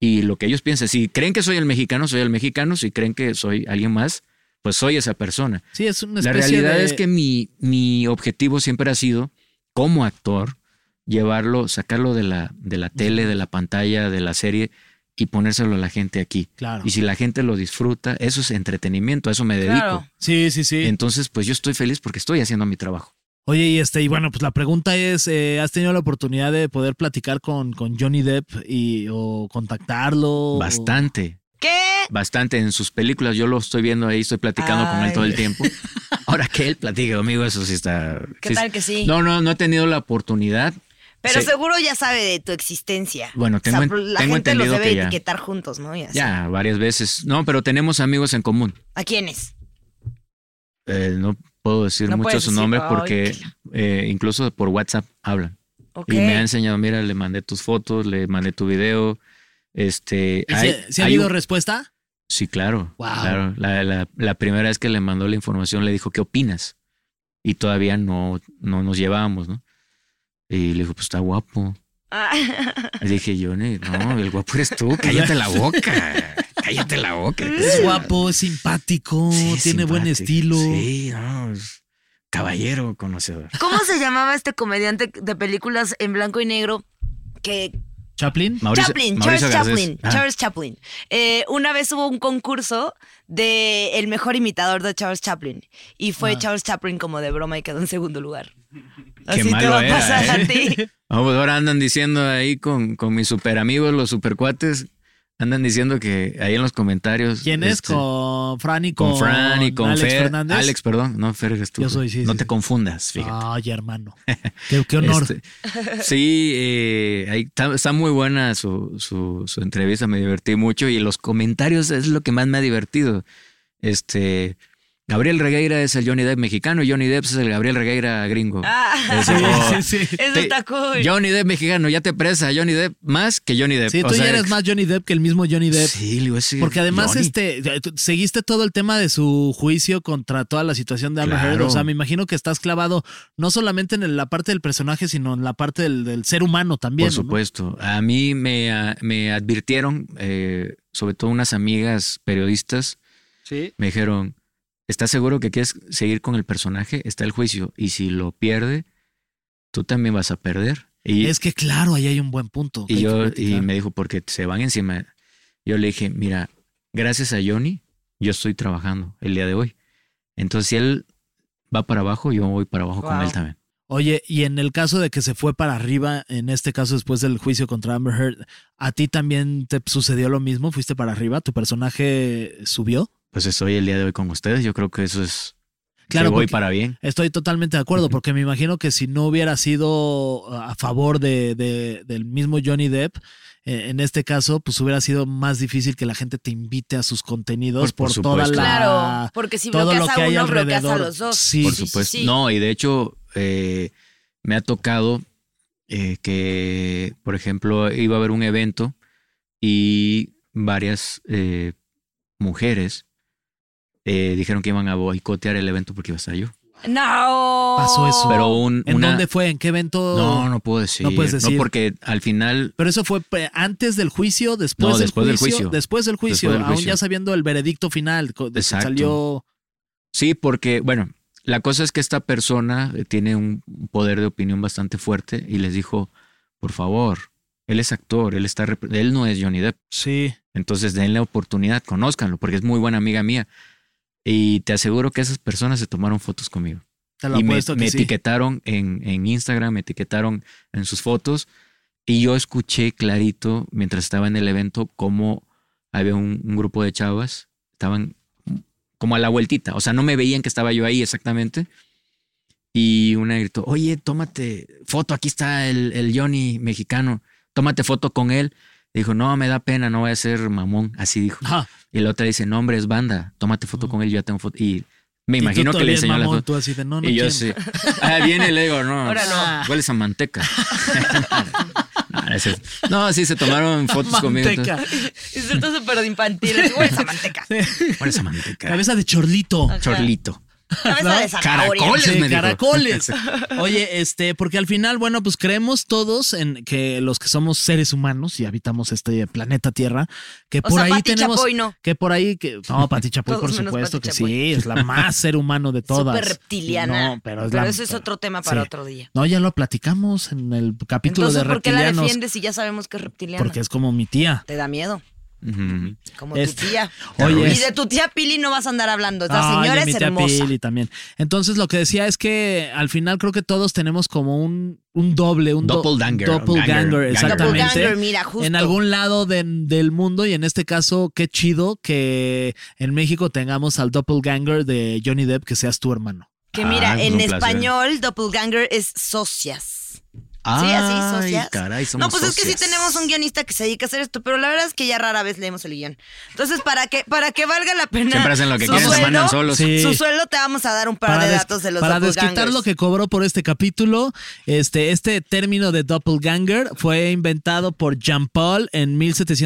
Speaker 4: Y lo que ellos piensan, si creen que soy el mexicano, soy el mexicano. Si creen que soy alguien más, pues soy esa persona.
Speaker 2: sí, es una
Speaker 4: La
Speaker 2: especie
Speaker 4: realidad
Speaker 2: de-
Speaker 4: es que mi, mi objetivo siempre ha sido, como actor, llevarlo, sacarlo de la, de la tele, de la pantalla, de la serie y ponérselo a la gente aquí.
Speaker 2: Claro.
Speaker 4: Y si la gente lo disfruta, eso es entretenimiento, a eso me dedico.
Speaker 3: Claro.
Speaker 2: Sí, sí, sí.
Speaker 4: Entonces, pues yo estoy feliz porque estoy haciendo mi trabajo.
Speaker 2: Oye, y este, y bueno, pues la pregunta es, eh, ¿has tenido la oportunidad de poder platicar con, con Johnny Depp y, o contactarlo? o-
Speaker 4: Bastante,
Speaker 3: ¿Qué?
Speaker 4: bastante en sus películas. Yo lo estoy viendo ahí, estoy platicando con él
Speaker 3: Ay.
Speaker 4: todo
Speaker 3: (laughs)
Speaker 4: el tiempo. Ahora que él platique conmigo, eso sí está.
Speaker 3: ¿Qué
Speaker 4: sí-
Speaker 3: tal que sí?
Speaker 4: No, no, no he tenido la oportunidad.
Speaker 3: Pero
Speaker 4: Sí.
Speaker 3: seguro ya sabe de tu existencia.
Speaker 4: Bueno, tengo en-
Speaker 3: la
Speaker 4: tengo
Speaker 3: gente los
Speaker 4: entendido
Speaker 3: debe
Speaker 4: que ya.
Speaker 3: etiquetar juntos, ¿no? Y así.
Speaker 4: Ya, varias veces. No, pero tenemos amigos en común.
Speaker 3: ¿A quiénes?
Speaker 4: Eh, no puedo decir
Speaker 3: No
Speaker 4: mucho
Speaker 3: puedes
Speaker 4: sus
Speaker 3: decir,
Speaker 4: nombres
Speaker 3: ay,
Speaker 4: porque eh, incluso por WhatsApp hablan.
Speaker 3: Ok.
Speaker 4: Y me ha enseñado, mira, le mandé tus fotos, le mandé tu video. Este,
Speaker 2: ¿Y
Speaker 4: hay-
Speaker 2: ¿Se, se ha
Speaker 4: hay
Speaker 2: habido
Speaker 4: un-
Speaker 2: respuesta?
Speaker 4: Sí, claro.
Speaker 2: Wow.
Speaker 4: claro. La, la- la primera vez que le mandó la información le dijo, ¿qué opinas? Y todavía no, no nos llevábamos, ¿no? Y le dijo, pues está guapo.
Speaker 3: Ah, (laughs)
Speaker 4: Le dije, Johnny, no, el guapo eres (laughs) tú, cállate la boca. Cállate la boca.
Speaker 2: Es guapo, es simpático,
Speaker 4: Sí,
Speaker 2: tiene buen
Speaker 4: simpático.
Speaker 2: estilo.
Speaker 4: Sí, no, es caballero conocedor.
Speaker 3: ¿Cómo se llamaba este comediante de películas en blanco y negro? Que
Speaker 2: ¿Chaplin?
Speaker 4: Mauricio-
Speaker 3: Chaplin,
Speaker 4: Mauricio
Speaker 3: Charles
Speaker 4: Garcés.
Speaker 3: Chaplin,
Speaker 4: Ah,
Speaker 3: Charles Chaplin. Eh, una vez hubo un concurso de el mejor imitador de Charles Chaplin y fue
Speaker 2: Ah.
Speaker 3: Charles Chaplin como de broma y quedó en segundo lugar. Así te
Speaker 4: malo
Speaker 3: va
Speaker 4: era,
Speaker 3: a pasar
Speaker 4: ¿eh?
Speaker 3: a ti.
Speaker 4: no, pues ahora andan diciendo ahí con, con mis super amigos, los supercuates, andan diciendo que ahí en los comentarios.
Speaker 2: ¿Quién es?
Speaker 4: este,
Speaker 2: Con Fran y con,
Speaker 4: con Fran y con
Speaker 2: Alex
Speaker 4: Fer.
Speaker 2: Fernández.
Speaker 4: Alex, perdón, no, Fer eres tú.
Speaker 2: Yo soy, sí,
Speaker 4: No
Speaker 2: sí,
Speaker 4: te
Speaker 2: sí.
Speaker 4: confundas, fíjate.
Speaker 2: Ay, hermano. Qué, qué honor.
Speaker 4: (laughs) Este, sí, eh, ahí está, está muy buena su, su, su entrevista, me divertí mucho y los comentarios es lo que más me ha divertido. Este, Gabriel Regueira es el Johnny Depp mexicano y Johnny Depp es el Gabriel Regueira gringo.
Speaker 3: (laughs) Ah,
Speaker 4: Ese,
Speaker 2: sí,
Speaker 4: oh,
Speaker 2: sí, sí.
Speaker 3: eso
Speaker 4: te-
Speaker 3: está cool.
Speaker 4: Johnny Depp mexicano, ya te presa Johnny Depp más que Johnny Depp.
Speaker 2: Sí,
Speaker 4: Eh, O
Speaker 2: tú ya
Speaker 4: sea,
Speaker 2: eres más Johnny Depp que el mismo Johnny Depp.
Speaker 4: Sí, le digo, ese
Speaker 2: Porque además,
Speaker 4: Johnny.
Speaker 2: este, tú seguiste todo el tema de su juicio contra toda la situación de Amber
Speaker 4: Claro.
Speaker 2: Heard. O sea, me imagino que estás clavado no solamente en el- la parte del personaje, sino en la parte del, del ser humano también.
Speaker 4: Por
Speaker 2: ¿no?
Speaker 4: supuesto. A mí me, ah, me advirtieron, eh, sobre todo unas amigas periodistas, me dijeron, ¿estás seguro que quieres seguir con el personaje? Está el juicio. Y si lo pierde, tú también vas a perder. Y,
Speaker 2: Es que claro, ahí hay un buen punto. que
Speaker 4: y
Speaker 2: hay que
Speaker 4: yo y
Speaker 2: platicar.
Speaker 4: me dijo, porque se van encima. Yo le dije, mira, gracias a Johnny, yo estoy trabajando el día de hoy. Entonces, si él va para abajo, yo voy para abajo con
Speaker 3: Wow.
Speaker 4: él también.
Speaker 2: Oye, y en el caso de que se fue para arriba, en este caso después del juicio contra Amber Heard, ¿a ti también te sucedió lo mismo? ¿Fuiste para arriba? ¿Tu personaje subió?
Speaker 4: Pues estoy el día de hoy con ustedes. Yo creo que eso es...
Speaker 2: Claro,
Speaker 4: que voy
Speaker 2: porque-
Speaker 4: para bien.
Speaker 2: Estoy totalmente de acuerdo, porque me imagino que si no hubiera sido uh, a favor de, de- del mismo Johnny Depp, eh, en este caso, pues hubiera sido más difícil que la gente te invite a sus contenidos
Speaker 4: Pues,
Speaker 2: por,
Speaker 4: por
Speaker 2: toda la...
Speaker 4: supuesto.
Speaker 3: Claro, porque si
Speaker 2: todo lo
Speaker 3: bloqueas
Speaker 2: que
Speaker 3: a
Speaker 2: hay
Speaker 3: uno, bloqueas a
Speaker 2: alrededor.
Speaker 3: los dos.
Speaker 2: Sí.
Speaker 4: Por
Speaker 3: Sí, sí,
Speaker 4: supuesto.
Speaker 3: sí.
Speaker 4: No, y de hecho eh, me ha tocado eh, que, por ejemplo, iba a haber un evento y varias eh, mujeres eh, dijeron que iban a boicotear el evento porque iba a estar yo.
Speaker 3: No.
Speaker 2: pasó
Speaker 3: Oh.
Speaker 2: eso.
Speaker 4: Pero un-
Speaker 2: ¿En
Speaker 4: una-
Speaker 2: dónde fue? ¿En qué evento?
Speaker 4: No, no puedo decir.
Speaker 2: No puedes decir.
Speaker 4: porque al final
Speaker 2: Pero eso fue pre- antes del juicio, después,
Speaker 4: No,
Speaker 2: del,
Speaker 4: después del
Speaker 2: juicio,
Speaker 4: juicio.
Speaker 2: Después del juicio,
Speaker 4: Después del
Speaker 2: aún
Speaker 4: juicio.
Speaker 2: ya sabiendo el veredicto final, co- de-
Speaker 4: Exacto.
Speaker 2: salió...
Speaker 4: Sí, porque, bueno, la cosa es que esta persona eh, tiene un poder de opinión bastante fuerte y les dijo, por favor, él es actor, él está, rep- él no es Johnny Depp,
Speaker 2: Sí.
Speaker 4: entonces denle oportunidad, conózcanlo, porque es muy buena amiga mía. Y te aseguro que esas personas se tomaron fotos conmigo.
Speaker 2: Te lo
Speaker 4: y me,
Speaker 2: apuesto que
Speaker 4: me
Speaker 2: sí.
Speaker 4: etiquetaron en, en Instagram, me etiquetaron en sus fotos. Y yo escuché clarito, mientras estaba en el evento, cómo había un, un grupo de chavas, estaban como a la vueltita. O sea, no me veían que estaba yo ahí exactamente. Y una gritó, oye, tómate foto, aquí está el, el Johnny mexicano, tómate foto con él. Dijo, no, me da pena, no voy a ser mamón. Así dijo.
Speaker 2: Ajá.
Speaker 4: Y la otra dice, no, hombre, es banda, tómate foto con él, yo ya tengo foto. Y me
Speaker 2: Y tú
Speaker 4: imagino que
Speaker 2: todavía
Speaker 4: le enseñó la
Speaker 2: mamón,
Speaker 4: foto.
Speaker 2: tú así de, no, no
Speaker 4: Y yo
Speaker 2: quiero.
Speaker 4: sí.
Speaker 2: (laughs)
Speaker 4: Ah, viene y le digo, no,
Speaker 3: Ahora no.
Speaker 4: hueles a manteca. no, no es cierto. No, sí, se tomaron fotos conmigo.
Speaker 2: Manteca.
Speaker 4: entonces,
Speaker 3: Es cierto,
Speaker 2: (laughs)
Speaker 3: súper infantil. Es esa manteca.
Speaker 4: Hueles a manteca.
Speaker 2: Cabeza de chorlito.
Speaker 4: Chorlito.
Speaker 3: Cabeza de zanahoria.
Speaker 4: Caracol. Caracoles,
Speaker 2: Sí,
Speaker 4: me dijo. (laughs)
Speaker 2: caracoles. Oye, este, porque al final, bueno, pues creemos todos en que los que somos seres humanos y habitamos este planeta Tierra, que
Speaker 3: O
Speaker 2: por
Speaker 3: sea,
Speaker 2: ahí
Speaker 3: Pati
Speaker 2: tenemos.
Speaker 3: Chapoy no.
Speaker 2: Que por ahí que. No,
Speaker 4: (laughs)
Speaker 2: Pati Chapoy,
Speaker 3: Todos
Speaker 2: por
Speaker 3: menos
Speaker 2: supuesto
Speaker 3: Pati
Speaker 2: que
Speaker 3: Chapoy.
Speaker 2: sí. Es la más ser humano de todas.
Speaker 3: Súper reptiliana.
Speaker 2: No, pero es la-
Speaker 3: eso es otro tema para
Speaker 2: sí.
Speaker 3: otro día.
Speaker 2: No, ya lo platicamos en el capítulo
Speaker 3: Entonces,
Speaker 2: de
Speaker 3: ¿por qué la
Speaker 2: reptilianos.
Speaker 3: defiendes si ya sabemos que es reptiliana?
Speaker 2: porque es como mi tía.
Speaker 3: Te da miedo,
Speaker 4: Ujú.
Speaker 3: como
Speaker 2: Este-
Speaker 3: tu tía.
Speaker 2: Oye,
Speaker 3: Y de tu tía Pili no vas a andar hablando. Esta
Speaker 2: Ay,
Speaker 3: señora
Speaker 2: a mi
Speaker 3: es
Speaker 2: tía
Speaker 3: hermosa.
Speaker 2: Pili también. Entonces lo que decía es que al final creo que todos tenemos como un, un doble, un do-
Speaker 4: Doppelganger,
Speaker 2: doppelganger,
Speaker 4: ganger,
Speaker 2: exactamente.
Speaker 3: Doppelganger, mira, justo.
Speaker 2: En algún lado de- del mundo y en este caso qué chido que en México tengamos al doppelganger de Johnny Depp que seas tu hermano.
Speaker 3: Que
Speaker 4: Ah,
Speaker 3: mira,
Speaker 4: es
Speaker 3: en
Speaker 4: un placer.
Speaker 3: español, doppelganger es socias. Sí, así,
Speaker 4: Ay,
Speaker 3: socias.
Speaker 4: caray, somos
Speaker 3: no, pues es que sí
Speaker 4: socias.
Speaker 3: tenemos un guionista que se dedica a hacer esto, pero la verdad es que ya rara vez leemos el guión. Entonces, para que, para que valga la pena.
Speaker 4: Siempre hacen lo que
Speaker 3: su
Speaker 4: quieren, se
Speaker 3: sueldo,
Speaker 4: mandan solos.
Speaker 2: Sí.
Speaker 3: Su sueldo te vamos a dar un par de
Speaker 2: des-
Speaker 3: datos de los
Speaker 2: para
Speaker 3: doppelgangers.
Speaker 2: desquitar lo que cobró por este capítulo, este, este término de doppelganger fue inventado por Jean Paul en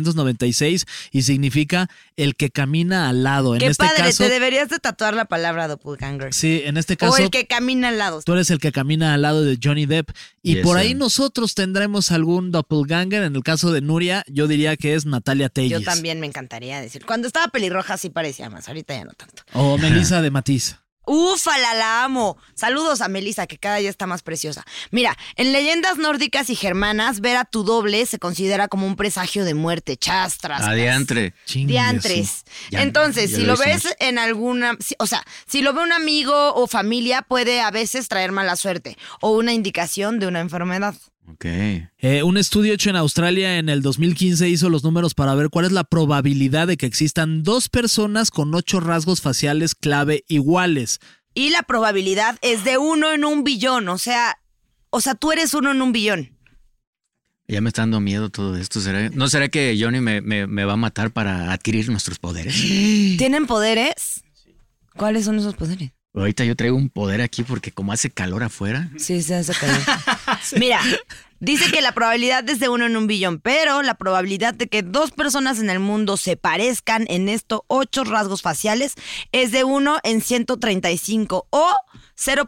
Speaker 2: 1796 y significa el que camina al lado. En
Speaker 3: Qué
Speaker 2: este
Speaker 3: padre,
Speaker 2: caso,
Speaker 3: te deberías de tatuar la palabra doppelganger.
Speaker 2: Sí, en este
Speaker 3: o
Speaker 2: caso
Speaker 3: el que camina al lado.
Speaker 2: tú eres el que camina al lado de Johnny Depp y
Speaker 4: Yes,
Speaker 2: por
Speaker 4: sir.
Speaker 2: ahí nosotros tendremos algún doppelganger. En el caso de Nuria, yo diría que es Natalia Telles.
Speaker 3: Yo también me encantaría decir. Cuando estaba pelirroja sí parecía más, ahorita ya no tanto.
Speaker 4: (laughs)
Speaker 2: O Melissa de Matiz.
Speaker 3: Ufala, la amo. Saludos a Melissa, que cada día está más preciosa. Mira, en leyendas nórdicas y germanas, ver a tu doble se considera como un presagio de muerte, chastras.
Speaker 4: Adiantre.
Speaker 2: Ah, Chingue
Speaker 3: Diantres.
Speaker 4: Ya,
Speaker 3: Entonces,
Speaker 4: ya
Speaker 3: si
Speaker 4: lo
Speaker 3: lo
Speaker 4: hicimos.
Speaker 3: ves en alguna, si- o sea, si lo ve un amigo o familia, puede a veces traer mala suerte o una indicación de una enfermedad.
Speaker 4: Ok.
Speaker 2: su- Eh, un estudio hecho en Australia en el 2015 hizo los números para ver cuál es la probabilidad de que existan dos personas con ocho rasgos faciales clave iguales.
Speaker 3: Y la probabilidad es de uno en un billón, o sea, o sea, tú eres uno en un billón.
Speaker 4: Ya me está dando miedo todo esto. ¿Será, ¿No será que Johnny me, me- me va a matar para adquirir
Speaker 2: (gasps)
Speaker 4: nuestros poderes?
Speaker 3: ¿Tienen poderes? ¿Cuáles son esos poderes?
Speaker 4: Ahorita yo traigo un poder aquí porque como hace calor afuera.
Speaker 3: Sí, se hace caer. (laughs) Mira, dice que la probabilidad es de uno en un billón, pero la probabilidad de que dos personas en el mundo se parezcan en estos ocho rasgos faciales es de uno en 135 o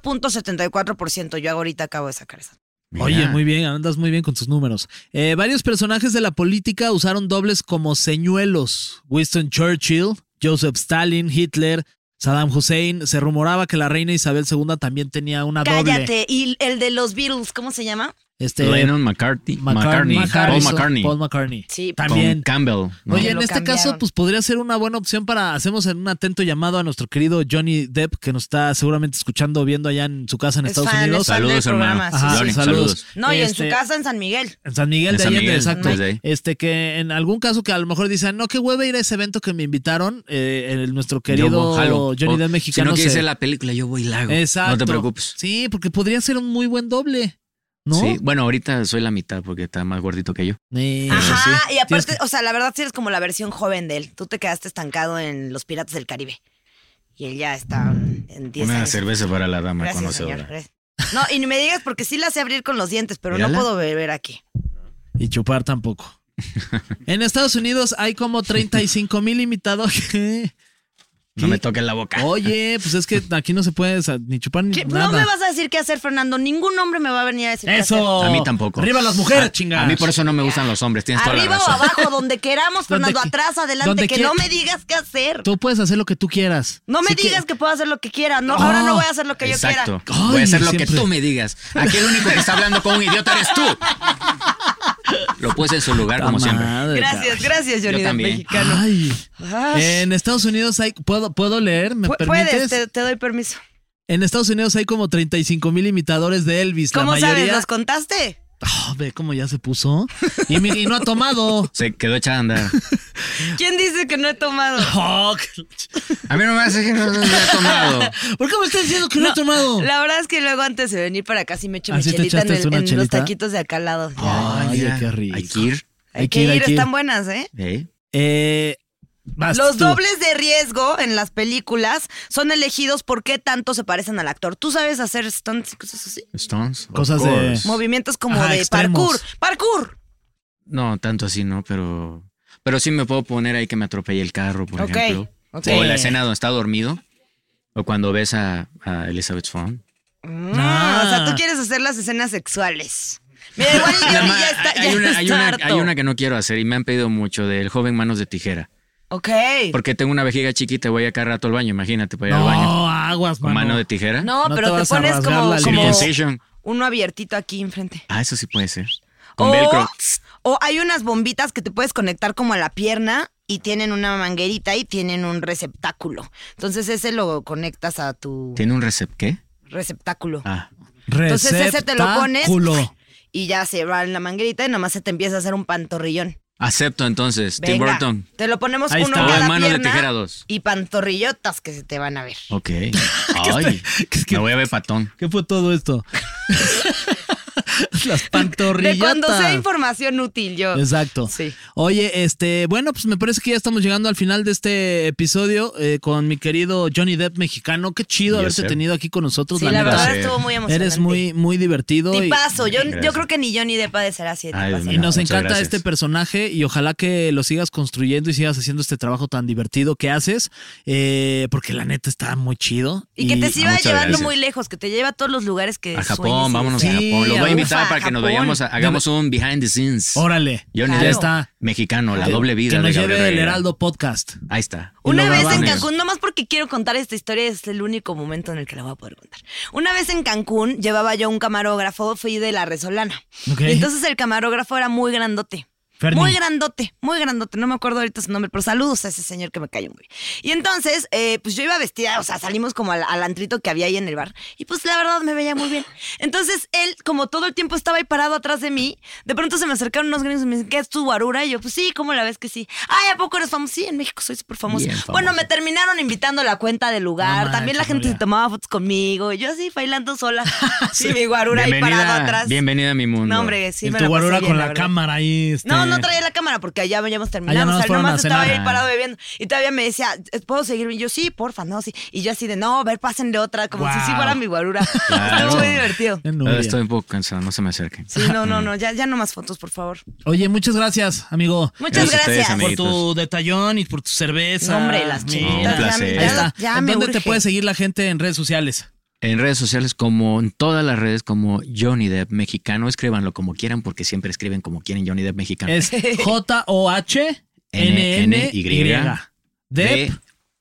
Speaker 3: 0.74%. Yo ahorita acabo de sacar eso.
Speaker 4: Mira.
Speaker 2: Oye, muy bien, andas muy bien con tus números. Eh, varios personajes de la política usaron dobles como señuelos. Winston Churchill, Joseph Stalin, Hitler, Saddam Hussein. Se rumoraba que la reina Isabel II también tenía una doble.
Speaker 3: Cállate. ¿Y el de los Beatles, cómo se llama?
Speaker 2: Este,
Speaker 4: Lennon McCarthy,
Speaker 2: McCartney,
Speaker 4: McCartney, Paul
Speaker 2: Harrison,
Speaker 4: McCartney.
Speaker 2: Paul McCartney.
Speaker 3: Sí.
Speaker 4: Con
Speaker 2: también.
Speaker 4: Campbell. ¿no?
Speaker 2: Oye,
Speaker 3: Que
Speaker 2: en
Speaker 3: lo
Speaker 2: este caso,
Speaker 3: cambiaron.
Speaker 2: pues podría ser una buena opción para. Hacemos en un atento llamado a nuestro querido Johnny Depp, que nos está seguramente escuchando, o viendo allá en su casa en
Speaker 3: Es
Speaker 2: Estados
Speaker 3: fan, es
Speaker 2: Unidos.
Speaker 3: fan. del
Speaker 4: Saludos, hermano.
Speaker 3: programa,
Speaker 2: Ajá,
Speaker 4: Johnny,
Speaker 2: saludos.
Speaker 4: saludos.
Speaker 3: No, y en
Speaker 2: Este-
Speaker 3: su casa en San Miguel.
Speaker 2: En San Miguel
Speaker 4: En
Speaker 2: de
Speaker 4: San
Speaker 2: Allende,
Speaker 4: Miguel,
Speaker 2: exacto.
Speaker 4: desde ahí.
Speaker 2: Este que en algún caso que a lo mejor dicen, no, qué hueva ir a ese evento que me invitaron, eh, el- nuestro querido
Speaker 4: Yo jalo.
Speaker 2: Johnny Depp
Speaker 4: O,
Speaker 2: mexicano.
Speaker 4: Si no quieres
Speaker 2: se-
Speaker 4: ver la película, yo voy y la hago.
Speaker 2: Exacto.
Speaker 4: No te preocupes.
Speaker 2: Sí, porque podría ser un muy buen doble, ¿no?
Speaker 4: Sí, bueno, ahorita soy la mitad porque está más gordito que yo.
Speaker 2: Eh,
Speaker 3: Ajá,
Speaker 2: sí.
Speaker 3: y
Speaker 2: Tienes
Speaker 3: aparte,
Speaker 2: que-
Speaker 3: o sea, la verdad sí eres como la versión joven de él. Tú te quedaste estancado en Los Piratas del Caribe. Y él ya está en 10
Speaker 4: Una
Speaker 3: años.
Speaker 4: cerveza para la dama
Speaker 3: Gracias, señor.
Speaker 4: conocedora.
Speaker 3: Gracias. No, y ni me digas porque sí la sé abrir con los dientes, pero no
Speaker 4: Mírala.
Speaker 3: puedo beber aquí.
Speaker 2: Y chupar
Speaker 4: (laughs)
Speaker 2: tampoco.
Speaker 4: (laughs)
Speaker 2: en Estados Unidos hay como 35 mil invitados.
Speaker 4: No me toques la boca.
Speaker 2: Oye, pues es que aquí no se puede o sea, ni chupar ni
Speaker 3: ¿Qué?
Speaker 2: nada.
Speaker 3: No me vas a decir qué hacer, Fernando. Ningún hombre me va a venir a decir qué hacer.
Speaker 2: Eso.
Speaker 4: A mí tampoco.
Speaker 2: Arriba las mujeres,
Speaker 4: A-
Speaker 2: chingadas.
Speaker 4: A mí por eso no me gustan los hombres. Tienes toda
Speaker 3: Arriba
Speaker 4: la
Speaker 3: o
Speaker 4: razón.
Speaker 3: abajo, donde queramos,
Speaker 2: Donde
Speaker 3: Fernando,
Speaker 2: qui-
Speaker 3: atrás, adelante,
Speaker 2: donde
Speaker 3: que
Speaker 2: quiera.
Speaker 3: no me digas qué hacer.
Speaker 2: Tú puedes hacer lo que tú quieras.
Speaker 3: No me
Speaker 2: Así
Speaker 3: digas que... puedo hacer lo que quiera. No, ahora no voy a hacer lo que yo
Speaker 4: Exacto.
Speaker 3: quiera.
Speaker 2: Ay,
Speaker 4: Voy a hacer lo que
Speaker 2: siempre.
Speaker 4: tú me digas. Aquí el único que está hablando con un idiota eres tú. Lo puse en su lugar Ah, como
Speaker 2: Ta
Speaker 4: siempre.
Speaker 2: madre,
Speaker 3: Gracias,
Speaker 2: cabrón.
Speaker 3: gracias, Johnny
Speaker 4: Yo
Speaker 3: del
Speaker 4: también.
Speaker 3: Mexicano.
Speaker 2: Ay.
Speaker 3: Ah,
Speaker 2: En Estados Unidos hay. ¿Puedo, puedo leer? ¿Me
Speaker 3: pu-
Speaker 2: permites?
Speaker 3: puedes, te, te doy permiso.
Speaker 2: En Estados Unidos hay como 35 mil imitadores de Elvis.
Speaker 3: ¿Cómo
Speaker 2: la mayoría.
Speaker 3: sabes? ¿Los contaste?
Speaker 2: Oh, ve cómo ya se puso. Y, mi- y no ha tomado.
Speaker 4: Se quedó echada a andar.
Speaker 3: ¿Quién dice que no he tomado?
Speaker 2: Oh, qué-
Speaker 4: A mí no me hace que no no me ha tomado.
Speaker 2: ¿Por qué me estás diciendo que no, (laughs) ha tomado?
Speaker 3: La verdad es que luego antes de venir para acá sí me echo
Speaker 2: ¿Ah,
Speaker 3: mi
Speaker 2: sí te
Speaker 3: chelita en,
Speaker 2: echaste
Speaker 3: el-
Speaker 2: una
Speaker 3: en los
Speaker 2: chelita?
Speaker 3: taquitos de acá al lado.
Speaker 2: Ah, Ay,
Speaker 4: ya.
Speaker 2: qué rico.
Speaker 4: Hay que ir.
Speaker 3: Hay que ir,
Speaker 2: hay que ir.
Speaker 3: están buenas, ¿eh?
Speaker 4: ¿eh?
Speaker 2: Eh, vas
Speaker 3: Los
Speaker 2: tú.
Speaker 3: dobles de riesgo en las películas son elegidos por qué tanto se parecen al actor. Tú sabes hacer stunts y cosas así.
Speaker 4: Stones. of
Speaker 2: Cosas de-
Speaker 4: course.
Speaker 3: Movimientos como
Speaker 2: Ajá,
Speaker 3: de
Speaker 2: extremos.
Speaker 3: parkour. ¡Parkour!
Speaker 4: No, tanto así no, pero. Pero sí me puedo poner ahí que me atropelle el carro, por
Speaker 3: Ok,
Speaker 4: ejemplo.
Speaker 3: ok.
Speaker 4: O la escena donde está dormido. O cuando ves a, a Elizabeth Swan.
Speaker 3: Ah, O sea, tú quieres hacer las escenas sexuales. Mira,
Speaker 4: (laughs)
Speaker 3: igual el Johnny ya está.
Speaker 4: hay,
Speaker 3: ya
Speaker 4: una,
Speaker 3: está
Speaker 4: hay una-
Speaker 3: harto.
Speaker 4: hay una que no quiero hacer y me han pedido mucho del joven manos de tijera.
Speaker 3: Ok.
Speaker 4: Porque tengo una vejiga chiquita y voy a cada rato al baño, imagínate, para ir al baño.
Speaker 2: No, aguas,
Speaker 4: Con
Speaker 2: mano.
Speaker 4: mano de tijera.
Speaker 3: No,
Speaker 2: No
Speaker 3: pero
Speaker 2: te
Speaker 3: te,
Speaker 2: vas a
Speaker 3: pones
Speaker 2: rasgar
Speaker 3: como,
Speaker 2: la
Speaker 3: como
Speaker 4: Circumcision.
Speaker 3: uno abiertito aquí enfrente.
Speaker 4: Ah, eso sí puede ser. Con
Speaker 3: O,
Speaker 4: velcro.
Speaker 3: o hay unas bombitas que te puedes conectar como a la pierna y tienen una manguerita y tienen un receptáculo. Entonces ese lo conectas a tu
Speaker 4: ¿Tiene un recep qué?
Speaker 3: receptáculo.
Speaker 4: Ah.
Speaker 3: Entonces ese te lo pones
Speaker 2: Receptáculo.
Speaker 3: y ya se va en la manguerita y nada más se te empieza a hacer un pantorrillón.
Speaker 4: Acepto entonces, Tim
Speaker 3: Venga,
Speaker 4: Burton.
Speaker 3: Te lo ponemos
Speaker 2: Ahí
Speaker 3: uno
Speaker 2: está.
Speaker 3: en
Speaker 2: O
Speaker 3: cada
Speaker 4: en manos de
Speaker 3: pierna
Speaker 4: tijera dos.
Speaker 3: y pantorrillotas que se te van a ver.
Speaker 4: Ok. Ay, me voy a ver patón.
Speaker 2: ¿Qué fue todo
Speaker 3: (laughs)
Speaker 2: esto? Las pantorrillas.
Speaker 3: De cuando sea información útil yo.
Speaker 2: Exacto.
Speaker 3: Sí.
Speaker 2: Oye, este, bueno, pues me parece que ya estamos llegando al final de este episodio eh, con mi querido Johnny Depp mexicano. Qué chido
Speaker 4: Yes,
Speaker 2: haberte
Speaker 4: sir.
Speaker 2: tenido aquí con nosotros.
Speaker 3: Sí,
Speaker 2: la
Speaker 3: la
Speaker 2: neta.
Speaker 3: verdad
Speaker 4: Sí.
Speaker 3: estuvo muy emocionante.
Speaker 2: Eres muy, muy divertido. y-
Speaker 3: Tipazo. Yo, yo
Speaker 4: Gracias.
Speaker 3: creo que ni Johnny Depp ha de ser así. de
Speaker 4: Ay, Dios
Speaker 3: tipazo.
Speaker 2: Y
Speaker 4: mío.
Speaker 2: nos
Speaker 4: Muchas
Speaker 2: encanta
Speaker 4: gracias.
Speaker 2: este personaje y ojalá que lo sigas construyendo y sigas haciendo este trabajo tan divertido que haces, eh, porque la neta está muy chido.
Speaker 3: Y que te siga
Speaker 4: muchas
Speaker 3: llevando
Speaker 4: gracias.
Speaker 3: muy lejos, que te lleve a todos los lugares que
Speaker 4: A
Speaker 3: sueñes
Speaker 4: Japón,
Speaker 3: y
Speaker 4: vámonos a
Speaker 3: deseas.
Speaker 2: Sí,
Speaker 4: Japón. Los voy
Speaker 2: a
Speaker 4: a invitar
Speaker 3: Ufa,
Speaker 4: para que nos
Speaker 3: Japón.
Speaker 4: vayamos, a- hagamos un behind the scenes.
Speaker 2: Órale.
Speaker 4: Johnny
Speaker 3: Claro.
Speaker 2: Ya
Speaker 4: Depp,
Speaker 2: está.
Speaker 4: Mexicano, la doble vida
Speaker 2: Que
Speaker 4: de
Speaker 2: nos
Speaker 4: Gabriel
Speaker 2: lleve el
Speaker 4: Herrera.
Speaker 2: Heraldo Podcast.
Speaker 4: Ahí está.
Speaker 3: Una
Speaker 2: lo
Speaker 3: vez en
Speaker 2: grabamos.
Speaker 3: Cancún, nomás porque quiero contar esta historia, es el único momento en el que la voy a poder contar. Una vez en Cancún llevaba yo un camarógrafo, fui de la Resolana.
Speaker 2: Ok.
Speaker 3: Y Entonces el camarógrafo era muy grandote.
Speaker 2: Ferni.
Speaker 3: Muy grandote, muy grandote. No me acuerdo ahorita su nombre, pero saludos a ese señor que me cayó muy bien. Y entonces, eh, pues yo iba vestida, o sea, salimos como al, al antrito que había ahí en el bar. Y pues la verdad me veía muy bien. Entonces él, como todo el tiempo estaba ahí parado atrás de mí, de pronto se me acercaron unos gringos y me dicen, ¿qué es tu guarura? Y yo, pues sí, ¿cómo la ves que sí? Ay, ¿a poco eres famoso? Sí, en México soy súper famoso.
Speaker 4: Bien famoso.
Speaker 3: Bueno, me terminaron invitando a la cuenta del lugar.
Speaker 2: No
Speaker 3: También la
Speaker 2: manches,
Speaker 3: gente se
Speaker 2: Julia.
Speaker 3: tomaba fotos conmigo. Y yo así, bailando
Speaker 4: (laughs)
Speaker 3: sola. sí, mi guarura ahí parado atrás.
Speaker 4: bienvenida a mi mundo.
Speaker 3: No, hombre, sí
Speaker 2: Y
Speaker 3: me
Speaker 2: tu
Speaker 3: la pasé
Speaker 2: guarura
Speaker 3: bien,
Speaker 2: con
Speaker 3: la
Speaker 2: la
Speaker 3: verdad.
Speaker 2: cámara ahí. este-
Speaker 3: No, no traía la cámara porque allá habíamos terminado.
Speaker 2: Allá
Speaker 3: o
Speaker 2: nomás
Speaker 3: sea,
Speaker 2: fueron a
Speaker 3: nomás estaba
Speaker 2: cenar.
Speaker 3: ahí parado bebiendo. Y todavía me decía, ¿puedo seguir? Y yo, sí, porfa, no, sí. Y yo así de, no, a ver, pásenle otra, como si sí
Speaker 2: Guau.
Speaker 3: fuera mi guarura.
Speaker 4: Claro.
Speaker 3: (laughs) Estuvo muy divertido.
Speaker 2: Qué
Speaker 4: Ahora
Speaker 2: nubia.
Speaker 4: Eh, Estoy un poco cansado, no se me acerquen.
Speaker 3: Sí, no, no,
Speaker 2: Mm.
Speaker 3: no, ya, ya no más fotos, por favor.
Speaker 2: Oye, muchas gracias, amigo.
Speaker 3: Muchas
Speaker 4: Gracias a ustedes,
Speaker 3: gracias.
Speaker 4: amigos.
Speaker 2: Por tu
Speaker 4: amiguitos.
Speaker 2: detallón y por tu cerveza.
Speaker 3: No, hombre, las
Speaker 2: Mira.
Speaker 4: No, un
Speaker 3: chelitas. ya-
Speaker 4: placer.
Speaker 3: ya,
Speaker 2: Ahí está.
Speaker 3: ya
Speaker 2: ¿En
Speaker 3: me
Speaker 2: dónde te
Speaker 3: urge.
Speaker 2: puede seguir la gente en redes sociales?
Speaker 4: (laughs) En redes sociales, como en todas las redes, como Johnny Depp mexicano, escríbanlo como quieran, porque siempre escriben como quieren Johnny Depp mexicano.
Speaker 2: Es J-O-H-N-N-Y.
Speaker 4: de
Speaker 2: Dep.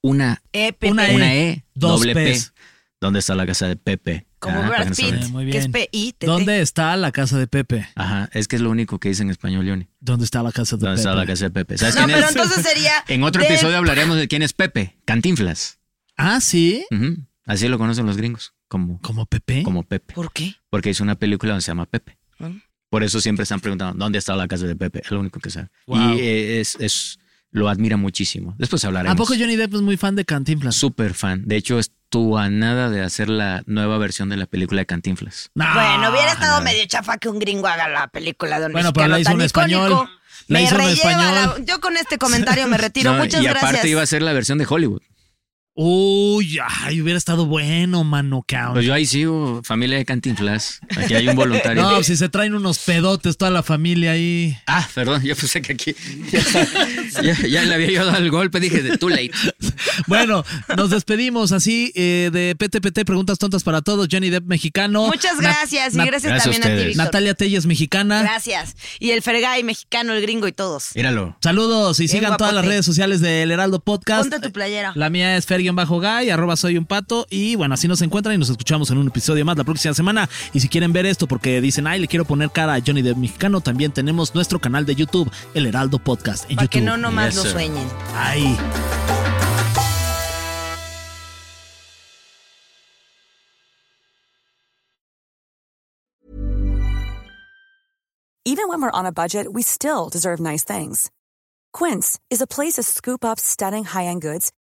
Speaker 4: una,
Speaker 3: Eh, Pepe,
Speaker 2: Una E.
Speaker 4: una E,
Speaker 2: dos
Speaker 4: doble P.
Speaker 2: Ps.
Speaker 4: ¿Dónde está la casa de Pepe?
Speaker 3: Como
Speaker 4: Ah, para
Speaker 3: Brad
Speaker 4: que no se
Speaker 3: Pitt,
Speaker 4: olviden.
Speaker 2: pues, Muy
Speaker 3: que es
Speaker 2: bien.
Speaker 3: P-I-T-T.
Speaker 2: ¿Dónde está la casa de Pepe?
Speaker 4: Ajá, es que es lo único que dice en español, Johnny.
Speaker 2: ¿Dónde está la casa de
Speaker 4: ¿Dónde
Speaker 2: Pepe?
Speaker 4: está la casa de Pepe? ¿Sabes
Speaker 3: No,
Speaker 4: quién
Speaker 3: pero
Speaker 4: es?
Speaker 3: entonces sería.
Speaker 4: En otro
Speaker 3: de-
Speaker 4: episodio hablaremos de quién es Pepe, Cantinflas.
Speaker 2: Ah, sí.
Speaker 4: Ujú, Así lo conocen los gringos, como,
Speaker 2: ¿Como Pepe?
Speaker 4: como Pepe.
Speaker 3: ¿Por qué?
Speaker 4: Porque hizo una película donde se llama Pepe.
Speaker 3: Ah.
Speaker 4: Por eso siempre están preguntando, ¿dónde está la casa de Pepe? Es lo único que sabe.
Speaker 2: Wow.
Speaker 4: Y eh, es, es- lo admira muchísimo. Después hablaremos.
Speaker 2: ¿A poco Johnny Depp es muy fan de Cantinflas?
Speaker 4: Súper fan. De hecho, estuvo a nada de hacer la nueva versión de la película de Cantinflas.
Speaker 2: No.
Speaker 3: Bueno, hubiera estado
Speaker 4: Ah.
Speaker 3: medio chafa que un gringo haga la película de un
Speaker 2: Bueno, pero
Speaker 3: mexicano
Speaker 2: la hizo
Speaker 3: tan
Speaker 2: un español.
Speaker 3: icónico.
Speaker 2: La
Speaker 3: me
Speaker 2: hizo un
Speaker 3: relleva la-
Speaker 2: español. (laughs)
Speaker 3: Yo con este comentario me retiro.
Speaker 4: No,
Speaker 3: Muchas
Speaker 4: y aparte
Speaker 3: gracias.
Speaker 4: iba a ser la versión de Hollywood.
Speaker 2: Uy, ay, hubiera estado bueno, mano,
Speaker 4: Pues
Speaker 2: cabrón.
Speaker 4: yo ahí sigo, familia de Cantinflas. Aquí hay un voluntario.
Speaker 2: (laughs) No, si se traen unos pedotes toda la familia ahí.
Speaker 4: Ah, perdón, yo pensé que aquí (laughs) ya, ya- ya le había yo dado el golpe, dije, de too late.
Speaker 2: Bueno, nos despedimos así eh, de PTPT, preguntas tontas para todos, Johnny Depp mexicano.
Speaker 3: Muchas
Speaker 2: Na-
Speaker 3: gracias
Speaker 2: Na-
Speaker 3: y gracias,
Speaker 4: gracias a
Speaker 3: también a, ti,
Speaker 4: ustedes.
Speaker 3: Víctor.
Speaker 2: Natalia Telles mexicana.
Speaker 3: Gracias. Y el Fergay mexicano, el gringo y todos.
Speaker 4: Míralo.
Speaker 2: Saludos y
Speaker 3: Bien
Speaker 2: sigan todas las
Speaker 3: guapote.
Speaker 2: redes sociales del Heraldo Podcast.
Speaker 3: Ponte tu playera.
Speaker 2: La mía es fer-gay, arroba soy un pato. Y bueno, así nos encuentran y nos escuchamos en un episodio más la próxima semana. Y si quieren ver esto porque dicen, ay, le quiero poner cara a Johnny Depp mexicano, también tenemos nuestro canal de YouTube, El Heraldo Podcast, en
Speaker 3: Para
Speaker 2: YouTube.
Speaker 3: que no nomás
Speaker 4: Yes,
Speaker 3: lo
Speaker 4: sir.
Speaker 3: sueñen.
Speaker 2: Ay.
Speaker 5: Even when we're on a budget, we still deserve nice things. Quince is a place to scoop up stunning high end goods